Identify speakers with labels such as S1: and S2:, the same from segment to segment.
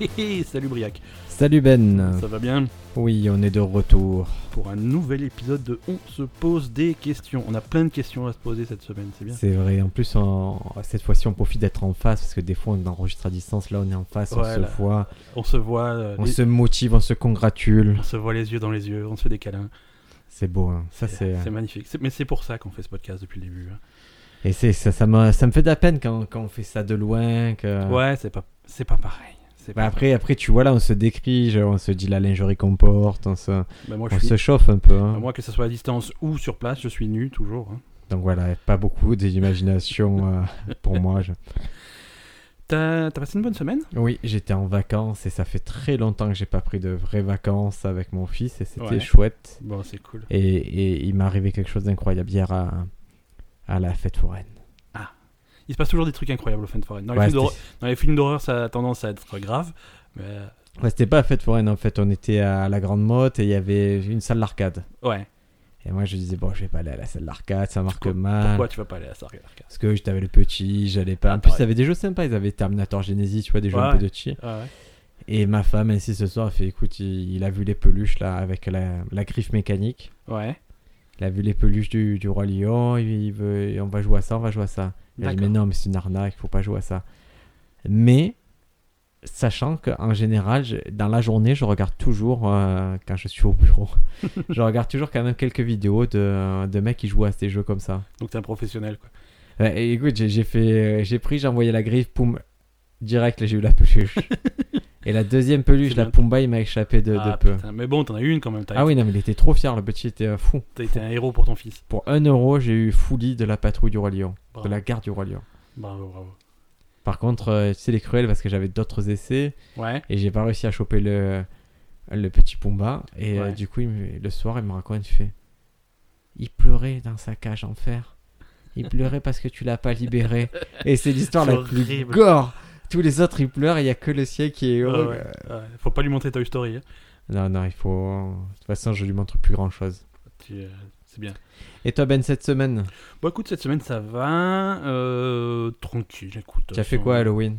S1: Hé, hé, Salut Briac,
S2: Salut Ben.
S1: ça va bien
S2: Oui, on est de retour.
S1: Pour un nouvel épisode de On se pose des questions. On a plein de questions à se poser cette semaine, c'est bien.
S2: C'est vrai. En plus, on- cette fois-ci, on profite d'être en face parce que des fois, on enregistre à distance. Là, on est en face, on
S1: Ouais,
S2: se
S1: là.
S2: voit,
S1: On se voit, euh,
S2: on
S1: les-
S2: se motive, on se congratule.
S1: on se voit les yeux dans les yeux, on se fait des câlins.
S2: C'est beau. hein. Ça, c'est.
S1: c'est euh, magnifique. C'est- Mais c'est pour ça qu'on fait ce podcast depuis le début. hein.
S2: Et c'est ça, ça me, ça me fait de la peine quand, quand on fait ça de loin. Que...
S1: Ouais, c'est pas, c'est pas pareil. C'est
S2: Bah,
S1: pas
S2: après, après, tu vois là, on se décrit, on se dit la lingerie qu'on porte, on se,
S1: pareil. Bah, moi, je
S2: on
S1: suis-
S2: se chauffe un peu. hein.
S1: bah, moi, que ce soit à distance ou sur place, je suis nu toujours. hein.
S2: Donc voilà, pas beaucoup d'imagination euh, pour moi. je-
S1: T'as, t'as passé une bonne semaine
S2: Oui, j'étais en vacances et ça fait très longtemps que j'ai pas pris de vraies vacances avec mon fils et c'était
S1: Ouais.
S2: chouette.
S1: Bon, c'est cool.
S2: Et, et il m'est arrivé quelque chose d'incroyable hier à, à la fête foraine.
S1: Il se passe toujours des trucs incroyables au Fun Foreign. Dans les,
S2: Ouais,
S1: films d'horreur,
S2: c'était-
S1: dans les films d'horreur, ça a tendance à être grave. Mais euh,
S2: ouais, c'était pas la fête foraine en fait, on était à la Grande Motte et il y avait une salle d'arcade.
S1: ouais,
S2: Et moi je disais, bon, je vais pas aller à la salle d'arcade, ça marque
S1: Pourquoi-
S2: mal.
S1: pourquoi tu vas pas aller à ça
S2: Parce que j'étais avec le petit, j'allais pas.
S1: Ah,
S2: en plus,
S1: pareil.
S2: ils avaient des jeux sympas, ils avaient Terminator Genesis, tu vois, des jeux un
S1: Ouais.
S2: peu de tir.
S1: Ah ouais.
S2: Et ma femme, elle, si ce soir, elle fait, écoute, il, il a vu les peluches là avec la- la griffe mécanique.
S1: Ouais.
S2: Il a vu les peluches du, du roi lion, il il veut, et on va jouer à ça, on va jouer à ça. Il a dit,
S1: D'accord.
S2: mais non, mais c'est une arnaque, faut pas jouer à ça. Mais sachant qu'en général, je- dans la journée, je regarde toujours, euh, quand je suis au bureau, je regarde toujours quand même quelques vidéos de, de mecs qui jouent à ces jeux comme ça.
S1: Donc t'es un professionnel quoi.
S2: Ouais, et écoute, j'ai- j'ai fait, euh, j'ai pris, j'ai envoyé la griffe, poum, direct, là, j'ai eu la peluche. et la deuxième peluche,
S1: C'est
S2: la
S1: bien.
S2: Pumba, il m'a échappé de,
S1: Ah,
S2: de peu.
S1: putain, Mais bon, t'en as eu une quand même. T'as
S2: Ah oui, non, mais il était trop fier, le petit était euh, fou.
S1: t'as été un héros pour ton fils.
S2: Pour 1 euro, j'ai eu Fouli de la patrouille du Roi Lion,
S1: Bravo.
S2: de la gare du Roi Lion.
S1: Bravo, bravo.
S2: Par contre, euh, tu sais, les cruels, parce que j'avais d'autres essais
S1: Ouais.
S2: et j'ai pas réussi à choper le, le petit Pumba. Et euh,
S1: Ouais.
S2: du coup, il me- le soir, il me raconte, il fait Il pleurait dans sa cage en fer. Il pleurait parce que tu l'as pas libéré. Et c'est l'histoire la
S1: C'est
S2: plus
S1: horrible.
S2: gore. Tous les autres, ils pleurent, il y a que le sien qui est heureux.
S1: Ouais, ouais. Ouais, Faut pas lui montrer Toy Story. hein.
S2: Non, non, il faut. euh, De toute façon, je lui montre plus grand chose.
S1: Tu, euh, C'est bien.
S2: Et toi, Ben, cette semaine,
S1: Bon, écoute, cette semaine ça va. euh, Tranquille, écoute.
S2: tu as
S1: sans-
S2: fait quoi à Halloween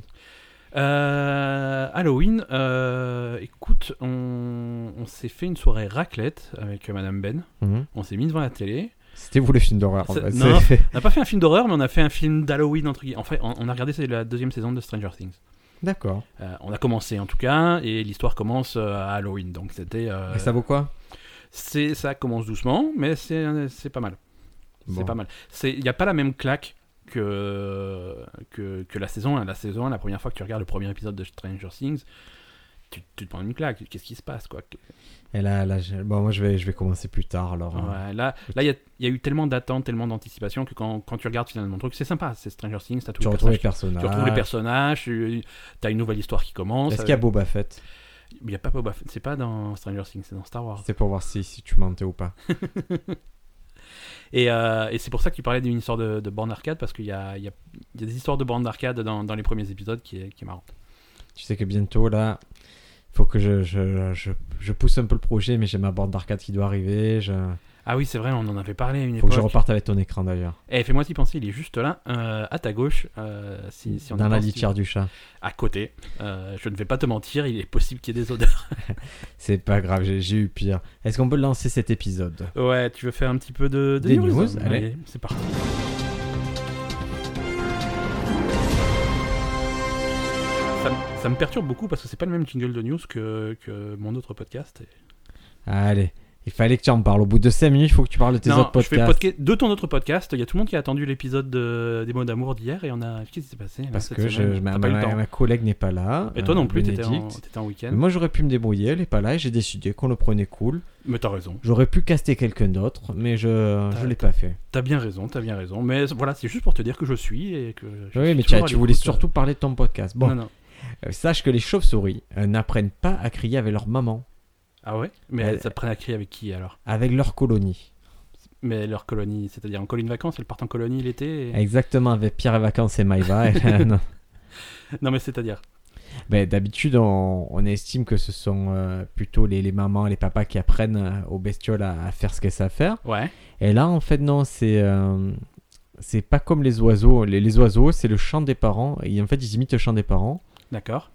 S1: Euh, Halloween, euh, écoute, on, on s'est fait une soirée raclette avec euh, Madame Ben.
S2: Mhm.
S1: On s'est mis devant la télé.
S2: C'était vous le film d'horreur en
S1: C'est-
S2: fait.
S1: non.
S2: C'est-
S1: On n'a pas fait un film d'horreur, mais on a fait un film d'Halloween entre guillemets. En fait, on, on a regardé c'est la deuxième saison de Stranger Things.
S2: D'accord.
S1: Euh, on a commencé en tout cas, et l'histoire commence euh, à Halloween. Donc c'était. euh,
S2: Et ça vaut quoi
S1: c'est ça commence doucement, mais c'est c'est pas mal.
S2: Bon.
S1: C'est pas mal. C'est il n'y a pas la même claque que que, que la saison 1. La saison 1, la première fois que tu regardes le premier épisode de Stranger Things, tu, tu te prends une claque. Qu'est-ce qui se passe quoi Que-
S2: Et là, là, je- bon, moi je vais, je vais commencer plus tard alors. hein.
S1: Ouais, Là, là, il y a- il y, a eu tellement d'attentes, tellement d'anticipation que quand, quand tu regardes finalement le truc, c'est sympa. C'est Stranger Things, t'as tous
S2: Tu
S1: les
S2: retrouves les
S1: personnages.
S2: personnages.
S1: Tu retrouves les personnages, tu as une nouvelle histoire qui commence.
S2: Est-ce qu'il y a Boba Fett
S1: Il y a pas Boba Fett, c'est pas dans Stranger Things, c'est dans Star Wars.
S2: C'est pour voir si, si tu mentais ou pas.
S1: Et, euh, et c'est pour ça qu'il parlait d'une histoire de, de borne d'arcade, parce qu'il y a, il y a- il y a des histoires de borne d'arcade dans, dans les premiers épisodes qui est, qui est marrante.
S2: Tu sais que bientôt là, il faut que je, je, je, je pousse un peu le projet, mais j'ai ma borne d'arcade qui doit arriver. Je...
S1: Ah oui, c'est vrai, on en avait parlé à une
S2: Faut que
S1: époque.
S2: je reparte avec ton écran d'ailleurs.
S1: Eh, fais-moi y penser, il est juste là, euh, à ta gauche, euh, si, si on y
S2: Dans la
S1: pense,
S2: litière du chat.
S1: tu- À côté. Euh, je ne vais pas te mentir, il est possible qu'il y ait des odeurs.
S2: C'est pas grave, j'ai j'ai eu pire. Est-ce qu'on peut lancer cet épisode
S1: ouais, tu veux faire un petit peu de, de
S2: Des news, allez.
S1: c'est parti. Ça, me- ça me perturbe beaucoup parce que c'est pas le même jingle de news que, que mon autre podcast.
S2: Allez, il fallait que tu en parles. Au bout de 5 minutes, il faut que tu parles de tes
S1: non,
S2: autres podcasts.
S1: je fais podca- de ton autre podcast. Il y a tout le monde qui a attendu l'épisode de- des mots d'amour d'hier et on a. Qu'est-ce qui s'est passé là,
S2: Parce
S1: cette
S2: que je,
S1: semaine
S2: je- ma,
S1: T'as pas eu le
S2: ma-
S1: temps.
S2: ma collègue n'est pas là.
S1: Et toi
S2: euh,
S1: non plus, t'étais en,
S2: Bénédicte.
S1: t'étais en week-end.
S2: Moi j'aurais pu me débrouiller, elle est pas là et j'ai décidé qu'on le prenait cool.
S1: Mais t'as raison.
S2: J'aurais pu caster quelqu'un d'autre, mais je
S1: T'as-
S2: je l'ai pas fait.
S1: T'as bien raison, t'as bien raison. Mais voilà, c'est juste pour te dire que je suis et que. je
S2: Oui,
S1: suis
S2: mais tu,
S1: toujours
S2: as-
S1: à
S2: tu voulais
S1: l'écoute, euh,
S2: surtout parler de ton podcast. Bon,
S1: Non, non.
S2: euh, sache que les chauves-souris euh, n'apprennent pas à crier avec leur maman,
S1: Ah ouais Mais
S2: Elle-
S1: ça te prenne à crier avec qui alors
S2: avec leur colonie.
S1: Mais leur colonie, c'est-à-dire en colonie de vacances, elles partent en colonie l'été.
S2: Ah
S1: et-
S2: Exactement, avec Pierre et Vacances et Maïva. Et- non.
S1: Non, mais c'est-à-dire.
S2: Mais D'habitude, on, on estime que ce sont euh, plutôt les, les mamans, les papas qui apprennent euh, aux bestioles à, à faire ce qu'elles savent faire.
S1: Ouais.
S2: Et là, en fait, non, c'est euh, c'est pas comme les oiseaux. Les, les oiseaux, c'est le chant des parents. Et en fait, ils imitent le chant des parents.
S1: D'accord.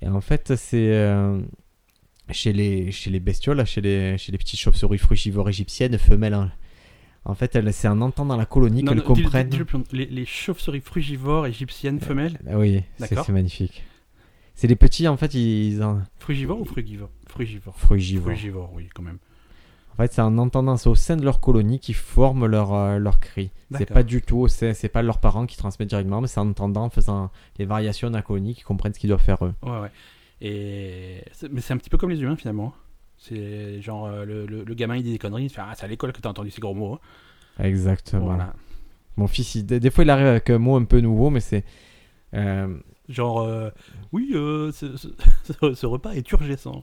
S2: Et en fait, c'est euh, chez, les, chez les bestioles, là, chez les, chez les petites chauves-souris frugivores égyptiennes, femelles. hein. En fait, elles- c'est en entendant la colonie
S1: Non,
S2: qu'elles
S1: non, dis-le-
S2: comprennent.
S1: dis-le plus longtemps. les, les chauves-souris frugivores égyptiennes femelles
S2: Ah oui, c'est
S1: D'accord.
S2: c'est magnifique. C'est les petits, en fait, ils en.
S1: Frugivores ou frugivores Frugivores.
S2: Frugivores.
S1: Frugivores, oui, quand même.
S2: En fait, c'est en entendant ça au sein de leur colonie qu'ils forment leur, euh, leur cri. C'est
S1: D'accord.
S2: pas du tout, c'est c'est pas leurs parents qui transmettent directement, mais c'est en entendant, en faisant les variations de la colonie qu'ils comprennent ce qu'ils doivent faire eux.
S1: Ouais, ouais. Et... c'est- Mais c'est un petit peu comme les humains, finalement. C'est genre, euh, le, le- le gamin, il dit des conneries, il se fait Ah, c'est à l'école que t'as entendu ces gros mots. hein.
S2: Exactement.
S1: Voilà.
S2: Mon fils, il- des des fois, il arrive avec un mot un peu nouveau, mais c'est. euh,
S1: Genre, euh, oui, euh, ce, ce- ce- ce repas est turgescent.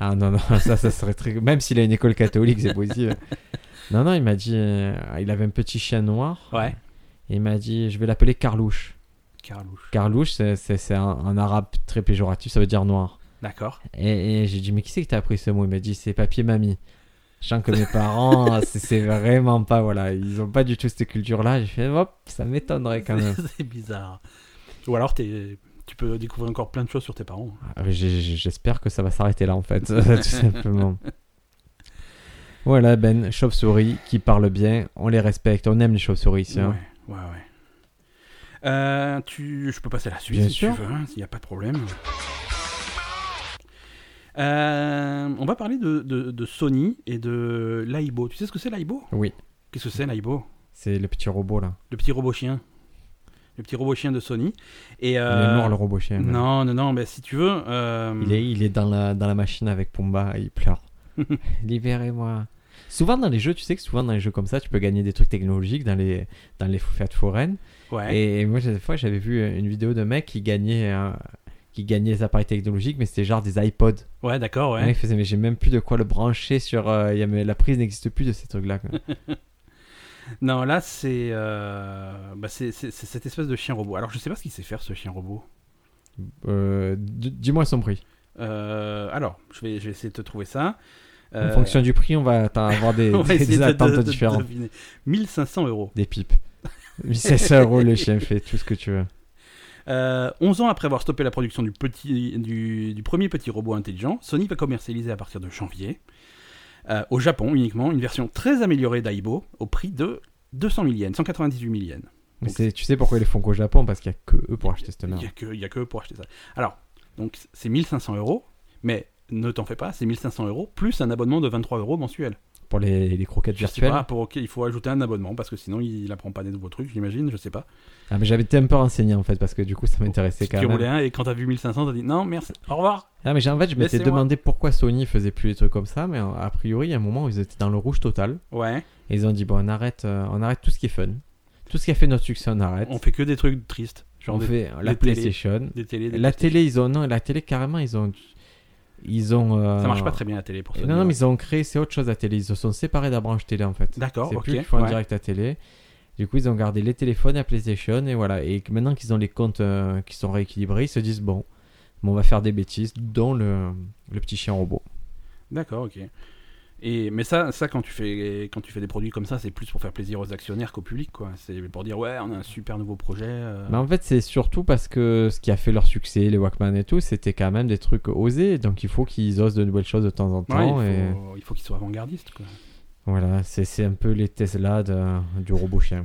S2: Ah non, non, ça, ça serait très. Même s'il a une école catholique, c'est possible. non, non, il m'a dit. euh, Il avait un petit chien noir.
S1: Ouais.
S2: Et il m'a dit Je vais l'appeler Carlouche.
S1: Carlouche.
S2: Carlouche, c'est- c'est c'est un, un arabe très péjoratif, ça veut dire noir.
S1: D'accord.
S2: Et, et j'ai dit, mais qui c'est qui t'a appris ce mot Il m'a dit, c'est papier mamie. Je sens que mes parents, c'est- c'est vraiment pas, voilà, ils ont pas du tout cette culture-là. J'ai fait, hop, ça m'étonnerait quand même.
S1: c'est bizarre. Ou alors, t'es- tu peux découvrir encore plein de choses sur tes parents. hein.
S2: Ah, j'ai- j'ai- J'espère que ça va s'arrêter là, en fait, tout simplement. Voilà, Ben, chauve-souris qui parle bien, on les respecte, on aime les chauves-souris ici. hein.
S1: Ouais, ouais, ouais. Euh, tu... Je peux passer à la suite
S2: Bien
S1: si
S2: sûr.
S1: tu veux, hein, s'il n'y a pas de problème. Euh, on va parler de, de- de Sony et de l'Aibo. Tu sais ce que c'est l'Aibo
S2: Oui,
S1: Qu'est-ce que c'est l'Aibo
S2: c'est le petit robot là.
S1: Le petit robot chien. Le petit robot chien de Sony. Et,
S2: Il
S1: euh,
S2: est mort le robot chien. là.
S1: Non, non, non, mais si tu veux. euh,
S2: Il est, il est dans, la, dans la machine avec Pumba et il pleure. Libérez-moi. Souvent dans les jeux, tu sais que souvent dans les jeux comme ça, tu peux gagner des trucs technologiques dans les, dans les fêtes foraines.
S1: Ouais.
S2: Et moi, des fois, j'avais vu une vidéo de mec qui gagnait, euh, qui gagnait des appareils technologiques, mais c'était genre des iPods.
S1: Ouais, d'accord,
S2: Le
S1: ouais.
S2: mec faisait, mais j'ai même plus de quoi le brancher sur. euh, il y a- mais la prise n'existe plus de ces trucs-là. quoi.
S1: Non, là, c'est euh, bah, c'est c'est- c'est cette espèce de chien robot. Alors, je sais pas ce qu'il sait faire, ce chien robot.
S2: Euh, d- Dis-moi son prix.
S1: Euh, alors, je vais, je vais essayer de te trouver ça.
S2: En
S1: Euh,
S2: fonction du prix, on va atta- avoir des,
S1: on va
S2: des-
S1: essayer
S2: des
S1: de- de-
S2: attentes
S1: de- de
S2: différentes.
S1: deviner. 1500 euros.
S2: Des pipes. 1600 euros, oh, le chien fait tout ce que tu veux.
S1: Euh, 11 ans après avoir stoppé la production du, petit, du, du premier petit robot intelligent, Sony va commercialiser à partir de janvier, euh, au Japon uniquement, une version très améliorée d'Aibo au prix de 200 000 yens, 198 000 yens.
S2: Mais
S1: Donc,
S2: c'est- tu sais pourquoi ils les font qu'au Japon Parce qu'il n'y a que eux pour acheter cette
S1: Il
S2: merde.
S1: n'y a, que- il y a que pour acheter ça. Alors, donc c'est 1500 euros, mais ne t'en fais pas, c'est 1500 euros plus un abonnement de 23 euros mensuel.
S2: Pour les, les croquettes
S1: Je sais
S2: virtuelles.
S1: pas, pour ok, il faut ajouter un abonnement parce que sinon il apprend pas des nouveaux trucs, j'imagine, je sais pas.
S2: Ah, mais j'avais été un peu renseigné en fait, parce que du coup ça m'intéressait
S1: Si
S2: quand
S1: tu
S2: même.
S1: roulais un et quand t'as vu 1500, t'as dit non, merci, au revoir.
S2: Ah, mais j'ai- en fait, je m'étais
S1: Laissez-moi.
S2: demandé pourquoi Sony faisait plus des trucs comme ça, mais euh, a priori, il y a un moment où ils étaient dans le rouge total.
S1: Ouais,
S2: Et ils ont dit, bon, on arrête, euh, on arrête tout ce qui est fun. Tout ce qui a fait notre succès, on arrête.
S1: on fait que des trucs tristes, genre
S2: On
S1: des,
S2: fait la
S1: des télés.
S2: PlayStation.
S1: des télés. des-
S2: La télé, ils ont. Non, la télé, carrément, ils ont. Ils ont. euh,
S1: Ça marche pas très bien la télé pour ça.
S2: Non, non, mais ils ont créé, c'est autre chose la télé. Ils se sont séparés de la branche télé en fait.
S1: D'accord,
S2: C'est
S1: ok,
S2: plus qu'ils font en
S1: ouais.
S2: direct la télé. Du coup, ils ont gardé les téléphones, la PlayStation et voilà. Et que maintenant qu'ils ont les comptes euh, qui sont rééquilibrés, ils se disent bon, bon, on va faire des bêtises, dont le, le petit chien robot.
S1: D'accord, ok. Et, mais ça, ça quand, tu fais, quand tu fais des produits comme ça, c'est plus pour faire plaisir aux actionnaires qu'au public. quoi. C'est pour dire, ouais, on a un super nouveau projet. euh,
S2: Mais en fait, c'est surtout parce que ce qui a fait leur succès, les Walkman et tout, c'était quand même des trucs osés. Donc il faut qu'ils osent de nouvelles choses de temps en
S1: Ouais,
S2: temps. et
S1: il faut, il faut qu'ils soient avant-gardistes. quoi.
S2: voilà, c'est c'est un peu les Tesla de- du robot chien.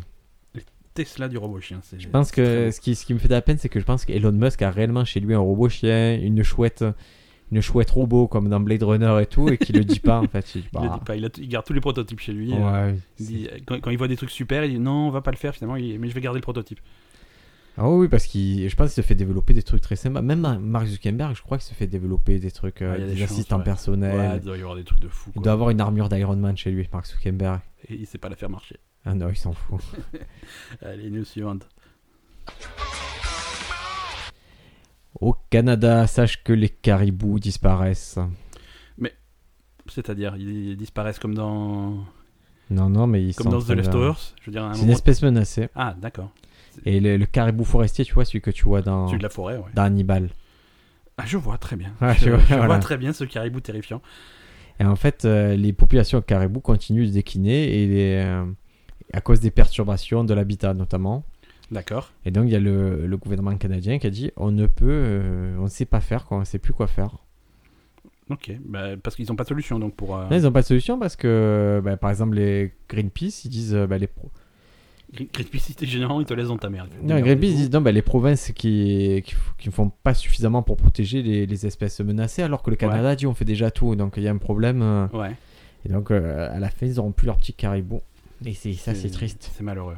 S1: Tesla du robot chien. c'est-
S2: Je pense
S1: Euh, très
S2: que
S1: bon.
S2: ce qui, ce qui me fait de la peine, c'est que je pense qu'Elon Musk a réellement chez lui un robot chien, une chouette, une chouette robot comme dans Blade Runner et tout, et qu'il le dit pas en fait. Il dit,
S1: Il, le
S2: bah,
S1: dit pas, il, a t- il garde tous les prototypes chez lui. euh,
S2: ouais,
S1: il
S2: c'est-
S1: dit- quand, quand il voit des trucs super, il dit non, on va pas le faire finalement, il dit, mais je vais garder le prototype.
S2: Ah oui, parce qu'il, je pense qu'il se fait développer des trucs très sympas. Même Mar- Mark Zuckerberg, je crois qu'il se fait développer des trucs, euh,
S1: Ah, il y a
S2: des,
S1: des chances,
S2: assistants
S1: ouais.
S2: personnels.
S1: Ouais, il doit y avoir des trucs de fou.
S2: il
S1: quoi.
S2: doit avoir une armure d'Iron Man chez lui, Mark Zuckerberg.
S1: Et il sait pas la faire marcher.
S2: Ah non, il s'en fout.
S1: Allez, news suivante.
S2: Au Canada, sache que les caribous disparaissent.
S1: C'est-à-dire, ils, ils disparaissent comme dans,
S2: Non, non, mais ils
S1: comme
S2: sont
S1: dans
S2: en
S1: The
S2: train de-
S1: Leftovers. Je veux dire, à un
S2: C'est une
S1: moment-
S2: espèce menacée.
S1: Ah, d'accord.
S2: Et le, le caribou forestier, tu vois, celui que tu vois dans,
S1: Celui de la forêt, ouais.
S2: dans Hannibal.
S1: Ah, je vois très bien.
S2: Ah,
S1: je,
S2: tu vois,
S1: je vois
S2: voilà.
S1: très bien ce caribou terrifiant.
S2: Et en fait, euh, les populations caribou continuent de décliner et les, euh, à cause des perturbations de l'habitat notamment.
S1: D'accord.
S2: Et donc, il y a le, le gouvernement canadien qui a dit on ne peut, euh, on ne sait pas faire, quoi, on ne sait plus quoi faire.
S1: Ok. Bah, parce qu'ils n'ont pas de solution donc pour. euh,
S2: Là, ils n'ont pas de solution parce que, bah, par exemple, les Greenpeace, ils disent euh, bah, les, pro-
S1: Gre- Greenpeace, si t'es générant, ils te laissent dans ta merde.
S2: Non, Greenpeace disent non, bah, les provinces qui qui f- qui ne font pas suffisamment pour protéger les, les espèces menacées, alors que le Canada dit on fait déjà tout, donc il y a un problème. euh,
S1: Ouais.
S2: Et donc euh, à la fin, ils n'auront plus leur petit caribou. Et c'est, ça, c'est triste.
S1: C'est malheureux.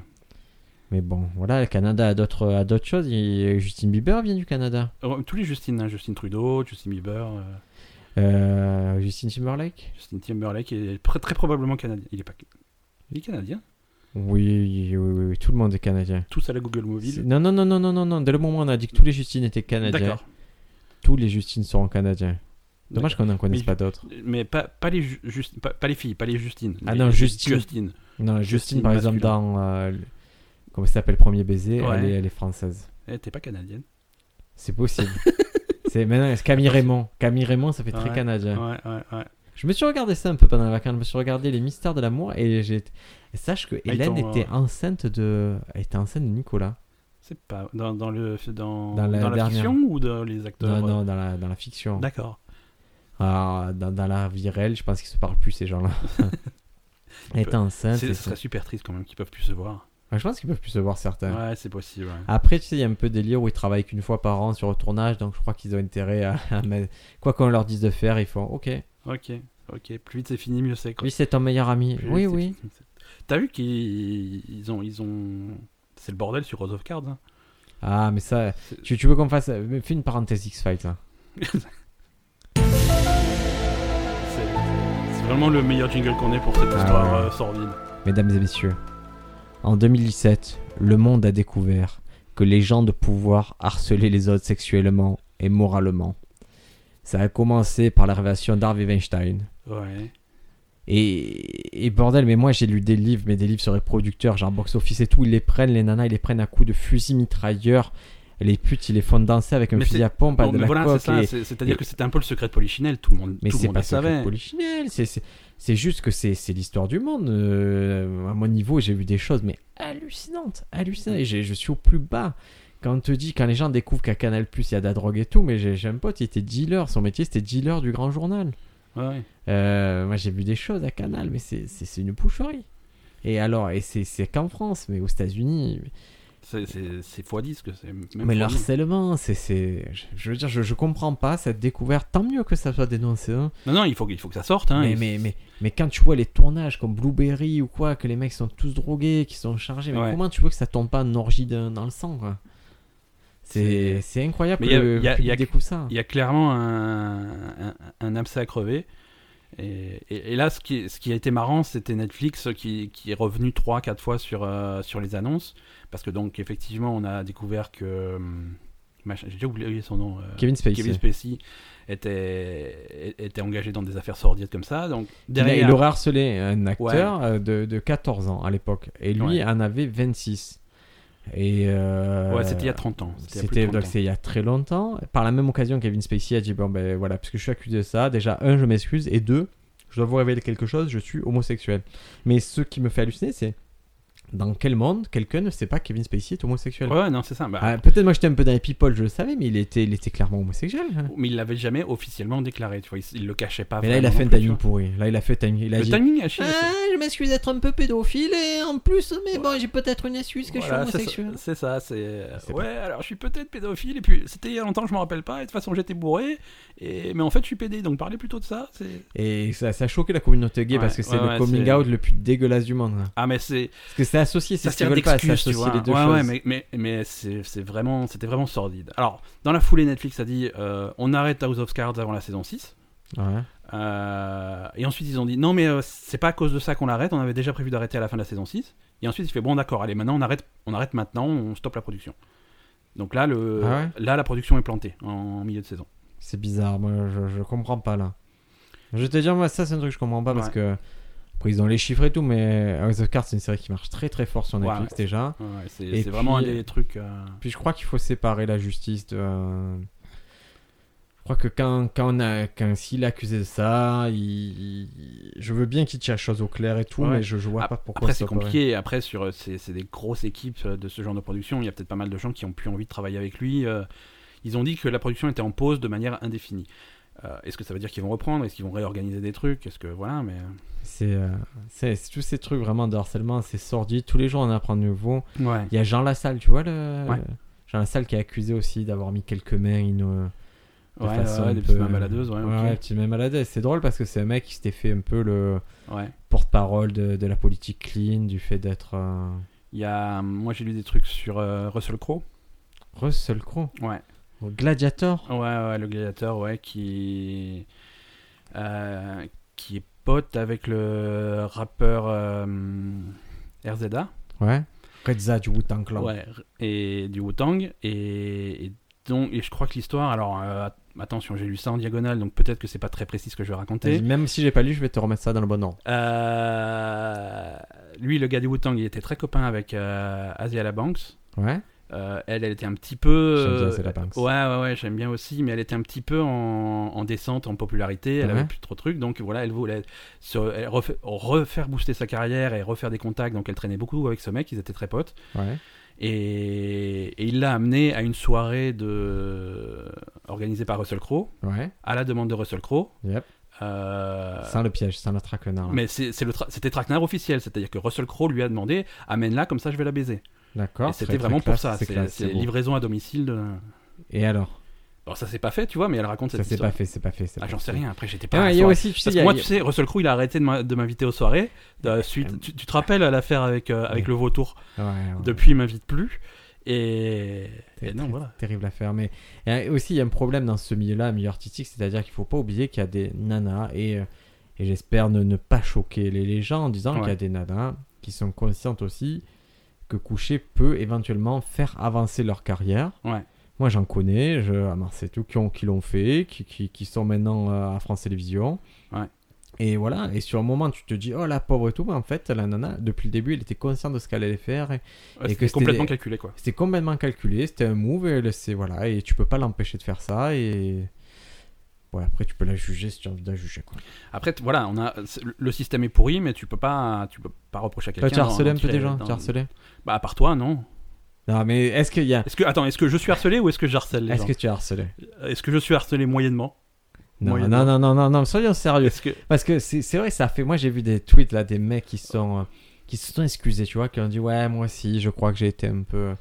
S2: Mais bon, voilà, le Canada a d'autres, a d'autres choses. Il- Justin Bieber vient du Canada.
S1: Oh, Tous les Justine, hein, Justine Trudeau, Justin Bieber, euh,
S2: Euh, Justin Timberlake
S1: Justin Timberlake est pr- très probablement canadien. Il est pas. Il est canadien.
S2: oui oui, oui, oui, tout le monde est canadien.
S1: Tous à la Google
S2: C'est-
S1: Mobile.
S2: Non, non, non, non, non, non, non. Dès le moment où on a dit que tous les Justines étaient canadiens,
S1: D'accord.
S2: tous les Justines seront canadiens. Dommage qu'on n'en connaisse
S1: Mais-
S2: pas d'autres.
S1: Mais pas, pas, les Ju- Just- pas, pas les filles, pas les Justine.
S2: Ah
S1: Les-
S2: non,
S1: les
S2: Justine.
S1: Justine.
S2: Non, Justine,
S1: Justine
S2: par
S1: masculin.
S2: exemple, dans. euh, le- comment ça s'appelle Premier baiser
S1: Ouais.
S2: elle, est, elle est française.
S1: Eh, T'es pas canadienne.
S2: C'est possible. c'est maintenant c'est Camille Raymond. Camille Raymond, ça fait très
S1: Ouais.
S2: canadien.
S1: Ouais, ouais, ouais.
S2: Je me suis regardé ça un peu pendant les vacances. Je me suis regardé Les Mystères de l'amour et j'ai. et Sache que
S1: ils
S2: Hélène
S1: t'ont,
S2: était
S1: euh,
S2: enceinte de. Elle était enceinte de Nicolas.
S1: C'est pas dans, dans le dans,
S2: Dans la
S1: dans la
S2: dernière.
S1: fiction ou dans les acteurs.
S2: Non, non, dans la, dans la fiction.
S1: D'accord.
S2: Ah, dans, dans la vie réelle, je pense qu'ils se parlent plus ces gens-là. Elle était
S1: C'est-
S2: enceinte.
S1: Ce
S2: et
S1: serait super triste quand même qu'ils peuvent plus se voir.
S2: c'est- Je pense qu'ils peuvent plus se voir certains.
S1: Ouais, c'est possible. ouais.
S2: Après, tu sais, il y a un peu délire où ils travaillent qu'une fois par an sur le tournage, donc je crois qu'ils ont intérêt à. à mettre- Quoi qu'on leur dise de faire, ils font OK.
S1: Ok, ok. Plus vite c'est fini, mieux c'est. quoi.
S2: Lui, Ah. c'est ton meilleur ami.
S1: Plus
S2: Oui,
S1: vite c'est
S2: oui.
S1: fini, c'est- T'as vu qu'ils ils ont ils ont c'est le bordel sur House of Cards. hein.
S2: Ah, mais ça.
S1: C'est-
S2: Tu, tu veux qu'on fasse. mais Fais une parenthèse X-Files. hein.
S1: C'est c'est vraiment le meilleur jingle qu'on ait pour cette
S2: Ah
S1: histoire
S2: ouais.
S1: euh, sordide.
S2: Mesdames et messieurs, en 2017, le monde a découvert que les gens de pouvoir harcelaient les autres sexuellement et moralement. Ça a commencé par la révélation d'Harvey Weinstein.
S1: Ouais.
S2: Et, et bordel, mais moi j'ai lu des livres, mais des livres sur les producteurs, genre box office et tout, ils les prennent, les nanas, ils les prennent à coups de fusil mitrailleur, les putes, ils les font danser avec un
S1: Mais
S2: fusil
S1: c'est-
S2: à pompe,
S1: Bon,
S2: à de
S1: mais
S2: la
S1: voilà, c'est
S2: coke.
S1: ça.
S2: et-
S1: c'est- C'est-à-dire
S2: et-
S1: que c'était un peu le secret de Polichinelle. Tout le monde,
S2: Mais
S1: tout le
S2: c'est
S1: monde
S2: pas
S1: le
S2: ça
S1: savait.
S2: polichinelle, c'est c'est- c'est juste que c'est c'est l'histoire du monde. Euh, à mon niveau, j'ai vu des choses, mais hallucinantes, hallucinantes, et j'ai- je suis au plus bas. Quand on te dit, quand les gens découvrent qu'à Canal Plus il y a de la drogue et tout, mais j'ai j'ai un pote, il était dealer, son métier c'était dealer du grand journal.
S1: Ouais, ouais.
S2: Euh, moi, j'ai vu des choses à Canal, mais c'est- c'est c'est une boucherie. Et alors, et c'est- c'est qu'en France, mais aux États-Unis,
S1: C'est- C'est c'est x10 que c'est. même
S2: mais le
S1: x10.
S2: harcèlement, c'est- c'est. je- Je veux dire, je, je comprends pas cette découverte. Tant mieux que ça soit dénoncé. hein.
S1: Non, non, il faut, que- il faut que ça sorte. Hein.
S2: mais, mais, mais, mais quand tu vois les tournages comme Blueberry ou quoi, que les mecs sont tous drogués, qui sont chargés, mais
S1: Ouais.
S2: comment tu veux que ça tombe pas en orgie d'un- dans le sang, quoi C'est c'est incroyable
S1: Mais
S2: que
S1: y a-
S2: le
S1: y a-
S2: public
S1: y a-
S2: découvre ça.
S1: Il y a clairement un, un, un abcès à crever. Et, et- et là, ce qui, ce qui a été marrant, c'était Netflix qui, qui est revenu 3-4 fois sur, euh, sur les annonces. Parce que, donc, effectivement, on a découvert que. hum, machin- J'ai déjà oublié son nom. euh,
S2: Kevin Spacey.
S1: Kevin Spacey était, était engagé dans des affaires sordides comme ça. Donc,
S2: Il a-
S1: derrière.
S2: Il aurait harcelé un acteur euh, de, de 14 ans à l'époque. Et lui
S1: Ouais.
S2: en avait 26. Et euh,
S1: Ouais, c'était il y a 30 ans. C'était il y a plus de
S2: C'était
S1: 30
S2: donc
S1: ans.
S2: c'est il y a très longtemps. Par la même occasion, Kevin Spacey a dit Bon, ben voilà, puisque je suis accusé de ça, déjà, un, je m'excuse, et deux, je dois vous révéler quelque chose, je suis homosexuel. Mais ce qui me fait halluciner, c'est dans quel monde quelqu'un ne sait pas que Kevin Spacey est homosexuel
S1: Ouais, ouais, non, c'est ça. Bah,
S2: Ah, Peut-être moi j'étais un peu dans les people, je le savais, mais il était, il était clairement homosexuel. hein.
S1: Mais il l'avait jamais officiellement déclaré. Tu vois, il, il le cachait pas.
S2: Mais là, il a
S1: vraiment
S2: fait
S1: non plus,
S2: un
S1: tu
S2: timing
S1: vois.
S2: pourri. Là, il a fait timing. Il a
S1: Le
S2: dit,
S1: timing à chier. c'est-
S2: Ah, je m'excuse d'être un peu pédophile et en plus, mais bon, j'ai peut-être une excuse que
S1: Voilà,
S2: je
S1: c'est
S2: suis
S1: ça-
S2: homosexuel.
S1: C'est ça, c'est.
S2: C'est
S1: Ouais, alors je suis peut-être pédophile, et puis c'était il y a longtemps, je m'en rappelle pas, et de toute façon j'étais bourré, et... mais en fait je suis pédé, donc parlez plutôt de ça. c'est-
S2: Et ça, ça a choqué la communauté gay
S1: Ouais,
S2: parce que c'est
S1: ouais,
S2: le
S1: ouais,
S2: coming
S1: c'est-
S2: out le plus dégueulasse du monde. hein.
S1: Ah, mais c'est.
S2: Parce que c'est associé, c'est
S1: Ça
S2: ce qu'ils
S1: sert
S2: veulent pas, c'est
S1: d'excuse, tu
S2: associer
S1: vois.
S2: les deux
S1: ouais,
S2: choses.
S1: ouais, mais, mais, mais c'est c'est vraiment, c'était vraiment sordide. Alors, dans la foulée, Netflix a dit euh, on arrête House of Cards avant la saison 6.
S2: Ouais.
S1: Euh, et ensuite, ils ont dit non, mais euh, c'est pas à cause de ça qu'on l'arrête. On avait déjà prévu d'arrêter à la fin de la saison 6. Et ensuite, il fait bon, d'accord, allez, maintenant on arrête, on arrête maintenant, on stoppe la production. Donc là, le,
S2: Ah ouais
S1: là, la production est plantée en milieu de saison.
S2: C'est bizarre, moi je, je comprends pas là. Je vais te dire, moi ça c'est un truc que je comprends pas parce
S1: Ouais.
S2: que. Après, ils ont les chiffres et tout, mais euh, House of Cards c'est une série qui marche très très fort sur
S1: Ouais,
S2: Netflix
S1: ouais.
S2: déjà.
S1: Ouais, c'est
S2: Et
S1: c'est vraiment un
S2: puis,
S1: des trucs. euh,
S2: Puis je crois qu'il faut séparer la justice de. euh, Je crois que quand, quand, on a- quand s'il est accusé de ça, il- il- je veux bien qu'il tire la chose au clair et tout,
S1: Ouais.
S2: mais je, je vois
S1: Ap-
S2: pas pourquoi
S1: Après,
S2: ça
S1: c'est
S2: aurait-
S1: compliqué. Après, sur euh, c'est c'est des grosses équipes euh, de ce genre de production. Il y a peut-être pas mal de gens qui ont plus envie de travailler avec lui. euh, Ils ont dit que la production était en pause de manière indéfinie. Euh, Est-ce que ça veut dire qu'ils vont reprendre Est-ce qu'ils vont réorganiser des trucs Est-ce que voilà, mais
S2: C'est euh, c'est- c'est tous ces trucs vraiment de harcèlement, c'est sordide. Tous les jours, on apprend de nouveau.
S1: ouais.
S2: Il y a Jean Lassalle, tu vois, le...
S1: Ouais.
S2: Jean Lassalle qui est accusé aussi d'avoir mis quelques mains ino... de
S1: Ouais, ouais,
S2: façon
S1: ouais,
S2: un
S1: des
S2: peu-
S1: petites mains baladeuses, ouais, ok.
S2: ouais, petites mains baladeuses. C'est drôle parce que c'est un mec qui s'était fait un peu le
S1: Ouais.
S2: porte-parole de, de la politique clean, du fait d'être euh,
S1: Il y a, moi, j'ai lu des trucs sur euh, Russell Crowe.
S2: Russell Crowe,
S1: Ouais.
S2: gladiator.
S1: Ouais, ouais, le gladiateur, ouais, qui euh, qui est pote avec le rappeur euh, RZA.
S2: Ouais. Redza du Wu-Tang Clan.
S1: Ouais, et du Wu-Tang. Et, et donc, et je crois que l'histoire. Alors, euh, att- attention, j'ai lu ça en diagonale, donc peut-être que c'est pas très précis ce que je vais
S2: T'as dit,
S1: raconter.
S2: Même si j'ai pas lu, je vais te remettre ça dans le bon ordre.
S1: Euh, lui, le gars du Wu-Tang, il était très copain avec euh, Asia La Banks.
S2: Ouais.
S1: Euh, elle, elle était un petit peu.
S2: J'aime bien
S1: euh,
S2: Azalea Banks.
S1: Ouais, ouais, ouais, j'aime bien aussi, mais elle était un petit peu en, en descente, en popularité, elle avait
S2: Ouais.
S1: plus trop de trucs, donc voilà, elle voulait se- elle refa- refaire booster sa carrière et refaire des contacts, donc elle traînait beaucoup avec ce mec, ils étaient très potes.
S2: Ouais.
S1: Et, et il l'a amené à une soirée de... organisée par Russell Crowe,
S2: Ouais.
S1: à la demande de Russell Crowe.
S2: Yep. hein.
S1: Euh,
S2: Sans le piège, sans le traquenard. là.
S1: Mais c'est- c'est le tra- c'était traquenard officiel, c'est-à-dire que Russell Crowe lui a demandé amène-la, comme ça je vais la baiser.
S2: D'accord.
S1: et
S2: Ah, très,
S1: c'était
S2: très
S1: vraiment pour
S2: classe,
S1: ça,
S2: c'est
S1: c'est
S2: classe, c'est
S1: c'est
S2: beau.
S1: livraison à domicile. De...
S2: Et alors
S1: Bon, ça s'est pas fait, tu vois, mais elle raconte
S2: Ça
S1: cette
S2: c'est
S1: histoire.
S2: pas fait, c'est pas fait. c'est
S1: Ah,
S2: pas
S1: j'en sais
S2: fait.
S1: rien, après j'étais pas. à la
S2: Ah, il y a
S1: soirée.
S2: aussi, tu sais,
S1: Parce
S2: il
S1: que
S2: y a-
S1: moi,
S2: il y
S1: tu
S2: a-
S1: sais, Russell Crowe, il a arrêté de m'a- de m'inviter aux soirées. de- suite, tu, tu te rappelles l'affaire avec, euh, avec
S2: Ouais.
S1: le vautour
S2: Ouais, ouais.
S1: Depuis, il m'invite plus. Et...
S2: C'est
S1: et non,
S2: très-
S1: voilà.
S2: Terrible affaire. Mais il y a aussi, il y a un problème dans ce milieu-là, milieu artistique, c'est-à-dire qu'il faut pas oublier qu'il y a des nanas, et, euh, et j'espère ne, ne pas choquer les, les gens en disant
S1: Ouais.
S2: qu'il y a des nanas qui sont conscientes aussi que coucher peut éventuellement faire avancer leur carrière.
S1: Ouais.
S2: Moi j'en connais, je, à Marseille tout, qui, ont, qui l'ont fait, qui, qui, qui sont maintenant euh, à France Télévisions.
S1: Ouais.
S2: Et voilà, et sur un moment tu te dis, oh la pauvre et tout, mais en fait la nana, depuis le début, elle était consciente de ce qu'elle allait faire, et-
S1: Ouais,
S2: Et
S1: c'était
S2: que c'était
S1: complètement
S2: des-
S1: calculé, quoi.
S2: c'était complètement calculé, c'était un move, et le- c'est voilà, et tu peux pas l'empêcher de faire ça, et ouais, après tu peux la juger si tu as envie de la juger quoi.
S1: Après, t- voilà, on a c'est- le système est pourri, mais tu peux pas, tu peux pas reprocher à
S2: Toi
S1: quelqu'un.
S2: tu as harcelé
S1: d'en-
S2: un
S1: d'en
S2: peu des
S1: tirer-
S2: gens,
S1: d'en-
S2: tu as harcelé
S1: Bah, à part toi, non.
S2: Non mais est-ce qu'il y a,
S1: Est-ce que attends, est-ce que je suis harcelé ou est-ce que je harcèle les
S2: est-ce
S1: gens
S2: que tu as harcelé
S1: Est-ce que je suis harcelé moyennement
S2: non,
S1: Moyennement.
S2: non, non, non, non, non, soyons sérieux,
S1: Est-ce que
S2: parce que c'est c'est vrai, ça fait, moi j'ai vu des tweets là des mecs qui sont euh, qui se sont excusés, tu vois, qui ont dit ouais moi aussi, je crois que j'ai été un peu